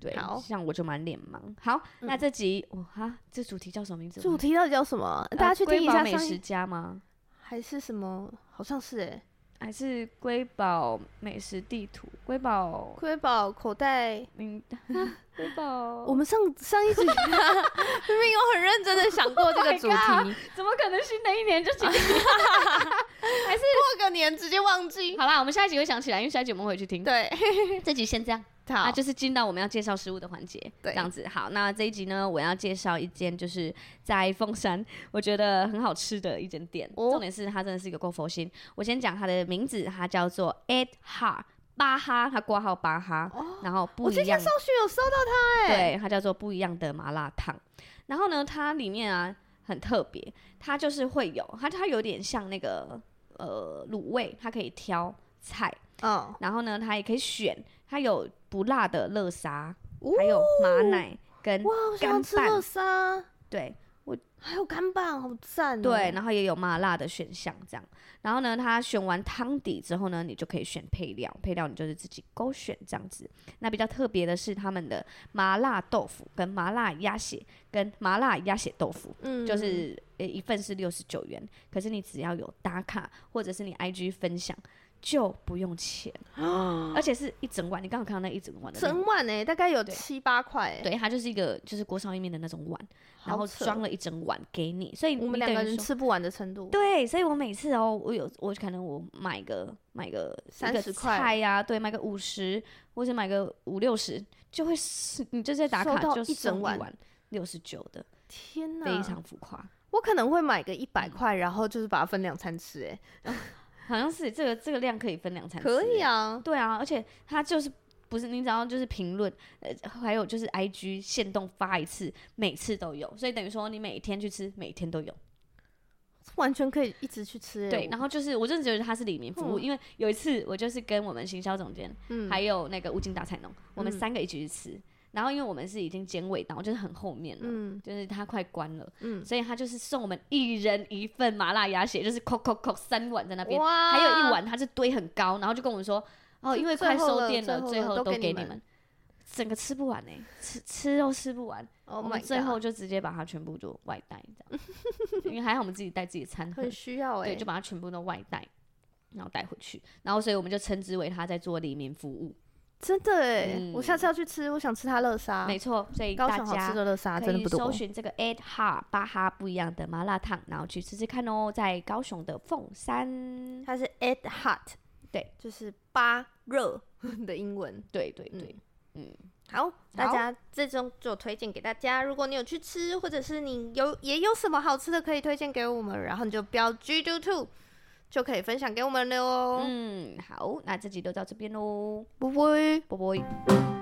Speaker 2: 对
Speaker 1: 好，嗯
Speaker 2: 像我就满脸盲。好，那这集哇哈，这主题叫什么名字？
Speaker 1: 主题到底叫什么？啊
Speaker 2: 呃
Speaker 1: 大家去
Speaker 2: 瑰
Speaker 1: 听一
Speaker 2: 宝
Speaker 1: 下
Speaker 2: 美
Speaker 1: 上
Speaker 2: 食
Speaker 1: 一
Speaker 2: 家吗？
Speaker 1: 还是什么？好像是哎、
Speaker 2: 还是瑰宝美食地图？瑰宝
Speaker 1: 瑰宝口袋。
Speaker 2: 名， *laughs* 瑰宝，
Speaker 1: 我们上上一集 *laughs* 明明我很认真的想过 *laughs* 这个
Speaker 2: Oh
Speaker 1: 主
Speaker 2: my
Speaker 1: 题
Speaker 2: god，怎么可能新的一
Speaker 1: *laughs*
Speaker 2: 年就决定？
Speaker 1: 过个年直接忘记。
Speaker 2: 好啦，我们下一集会想起来，因为下一集我们会去听。
Speaker 1: 对，
Speaker 2: *laughs*
Speaker 1: *laughs*
Speaker 2: 这集先这样。
Speaker 1: 好，
Speaker 2: 啊，就是进到我们要介绍食物的环节，
Speaker 1: 对
Speaker 2: 这样子。好，那这一集呢，我要介绍一间就是在凤山，我觉得很好吃的一间店。
Speaker 1: 哦
Speaker 2: 重点是它真的是一个够佛心。我先讲它的名字，它叫做 Ed Ha 巴哈，它挂号巴哈，然后不
Speaker 1: 哦我
Speaker 2: 一
Speaker 1: 今天
Speaker 2: 样
Speaker 1: 搜，寻有搜到它哎、
Speaker 2: 对，它叫做不一样的麻辣烫。然后呢，它里面啊很特别，它就是会有它它有点像那个呃卤味，它可以挑菜，
Speaker 1: 嗯，
Speaker 2: 然后呢，它也可以选，它有不辣的乐沙。
Speaker 1: 哦
Speaker 2: 还有马奶跟
Speaker 1: 哇，我想
Speaker 2: 干
Speaker 1: 吃
Speaker 2: 拌
Speaker 1: 乐沙，
Speaker 2: 对
Speaker 1: 还有干拌，好赞、哦。
Speaker 2: 对，然后也有麻辣的选项这样。然后呢，它选完汤底之后呢，你就可以选配料，配料你就是自己勾选这样子。那比较特别的是他们的麻辣豆腐、跟麻辣鸭血、跟麻辣鸭血豆腐，
Speaker 1: 嗯
Speaker 2: 就是呃一份是六十九元，可是你只要有打卡或者是你 IG 分享。就不用
Speaker 1: *gasps*
Speaker 2: 钱，而且是一整碗。你刚好看到那一整碗的那
Speaker 1: 整碗哎、大概有
Speaker 2: 对
Speaker 1: 七八块哎、
Speaker 2: 对，它就是一个就是锅烧意面的那种碗，
Speaker 1: 好
Speaker 2: 然后
Speaker 1: 扯哦
Speaker 2: 装了一整碗给你，所以
Speaker 1: 我们
Speaker 2: 你
Speaker 1: 两
Speaker 2: 等
Speaker 1: 个
Speaker 2: 于
Speaker 1: 人
Speaker 2: 说
Speaker 1: 吃不完的程度。
Speaker 2: 对，所以我每次哦，我有我可能我买个买个一个
Speaker 1: 30块
Speaker 2: 菜呀、对，买个五十或者买个五六十，就会是你就在打
Speaker 1: 收
Speaker 2: 卡
Speaker 1: 到
Speaker 2: 就
Speaker 1: 一整
Speaker 2: 送
Speaker 1: 碗
Speaker 2: 碗六十九的，
Speaker 1: 天哪，
Speaker 2: 非常嗯浮夸。
Speaker 1: 我可能会买个一百块，然后就是把它分两餐吃哎、
Speaker 2: 好像是这个这个量可以分两餐，
Speaker 1: 可以。啊。
Speaker 2: 对啊，而且它就是不是你只要就是评论，呃，还有就是 I G 限动发一次，每次都有，所以等于说你每天去吃，每天都有。
Speaker 1: 完全可以一直去吃、欸。
Speaker 2: 对，
Speaker 1: 我
Speaker 2: 然后就是我真的觉得它是里面服务，
Speaker 1: 嗯
Speaker 2: 因为有一次我就是跟我们行销总监，
Speaker 1: 嗯
Speaker 2: 还有那个吴京大菜农，我们
Speaker 1: 嗯
Speaker 2: 三个一起去吃。然后因为我们是已经尖尾档，就是很后面了，
Speaker 1: 嗯
Speaker 2: 就是它快关了，
Speaker 1: 嗯，
Speaker 2: 所以他就是送我们一人一份麻辣鸭血，就是扣扣扣三碗在那边，
Speaker 1: 哇，
Speaker 2: 还有一碗它是堆很高，然后就跟我们说，哦，
Speaker 1: 就
Speaker 2: 因为
Speaker 1: 最
Speaker 2: 快
Speaker 1: 后
Speaker 2: 收
Speaker 1: 了
Speaker 2: 店
Speaker 1: 最
Speaker 2: 了，
Speaker 1: 后
Speaker 2: 最
Speaker 1: 了
Speaker 2: 后
Speaker 1: 都
Speaker 2: 都
Speaker 1: 给
Speaker 2: 给
Speaker 1: 你
Speaker 2: 你
Speaker 1: 们
Speaker 2: 们，整个吃不完呢、吃吃都吃不完，
Speaker 1: ，Oh
Speaker 2: 我
Speaker 1: my
Speaker 2: 们最
Speaker 1: God
Speaker 2: 后就直接把它全部就外带这样， *laughs* 因为还好我们自己带自己的餐盒
Speaker 1: 很，需要哎、
Speaker 2: 对，就把它全部都外带，然后带回去，然后所以我们就称之为他在做黎明服务，
Speaker 1: 真的哎、
Speaker 2: 嗯
Speaker 1: 我下次要去吃，我想吃它乐沙，
Speaker 2: 没错，所以
Speaker 1: 啊高
Speaker 2: 大
Speaker 1: 雄好吃
Speaker 2: 家
Speaker 1: 的乐沙
Speaker 2: 可
Speaker 1: 真的
Speaker 2: 以
Speaker 1: 不多
Speaker 2: 搜。寻这个 Ed Ha 巴哈不一样的麻辣烫，然后去吃吃看哦，在高雄的凤山，
Speaker 1: 它是 at hot，
Speaker 2: 对，
Speaker 1: 就是八热 *laughs* 的英文。
Speaker 2: 对对
Speaker 1: 嗯
Speaker 2: 对，嗯，
Speaker 1: 好，大家这种就推荐给大家。如果你有去吃，或者是你有也有什么好吃的可以推荐给我们，然后你就标 G do two，就可以分
Speaker 2: 嗯
Speaker 1: 享给我们了哦。
Speaker 2: 嗯，好，那这集就到这边喽，
Speaker 1: 不会。
Speaker 2: 拜拜。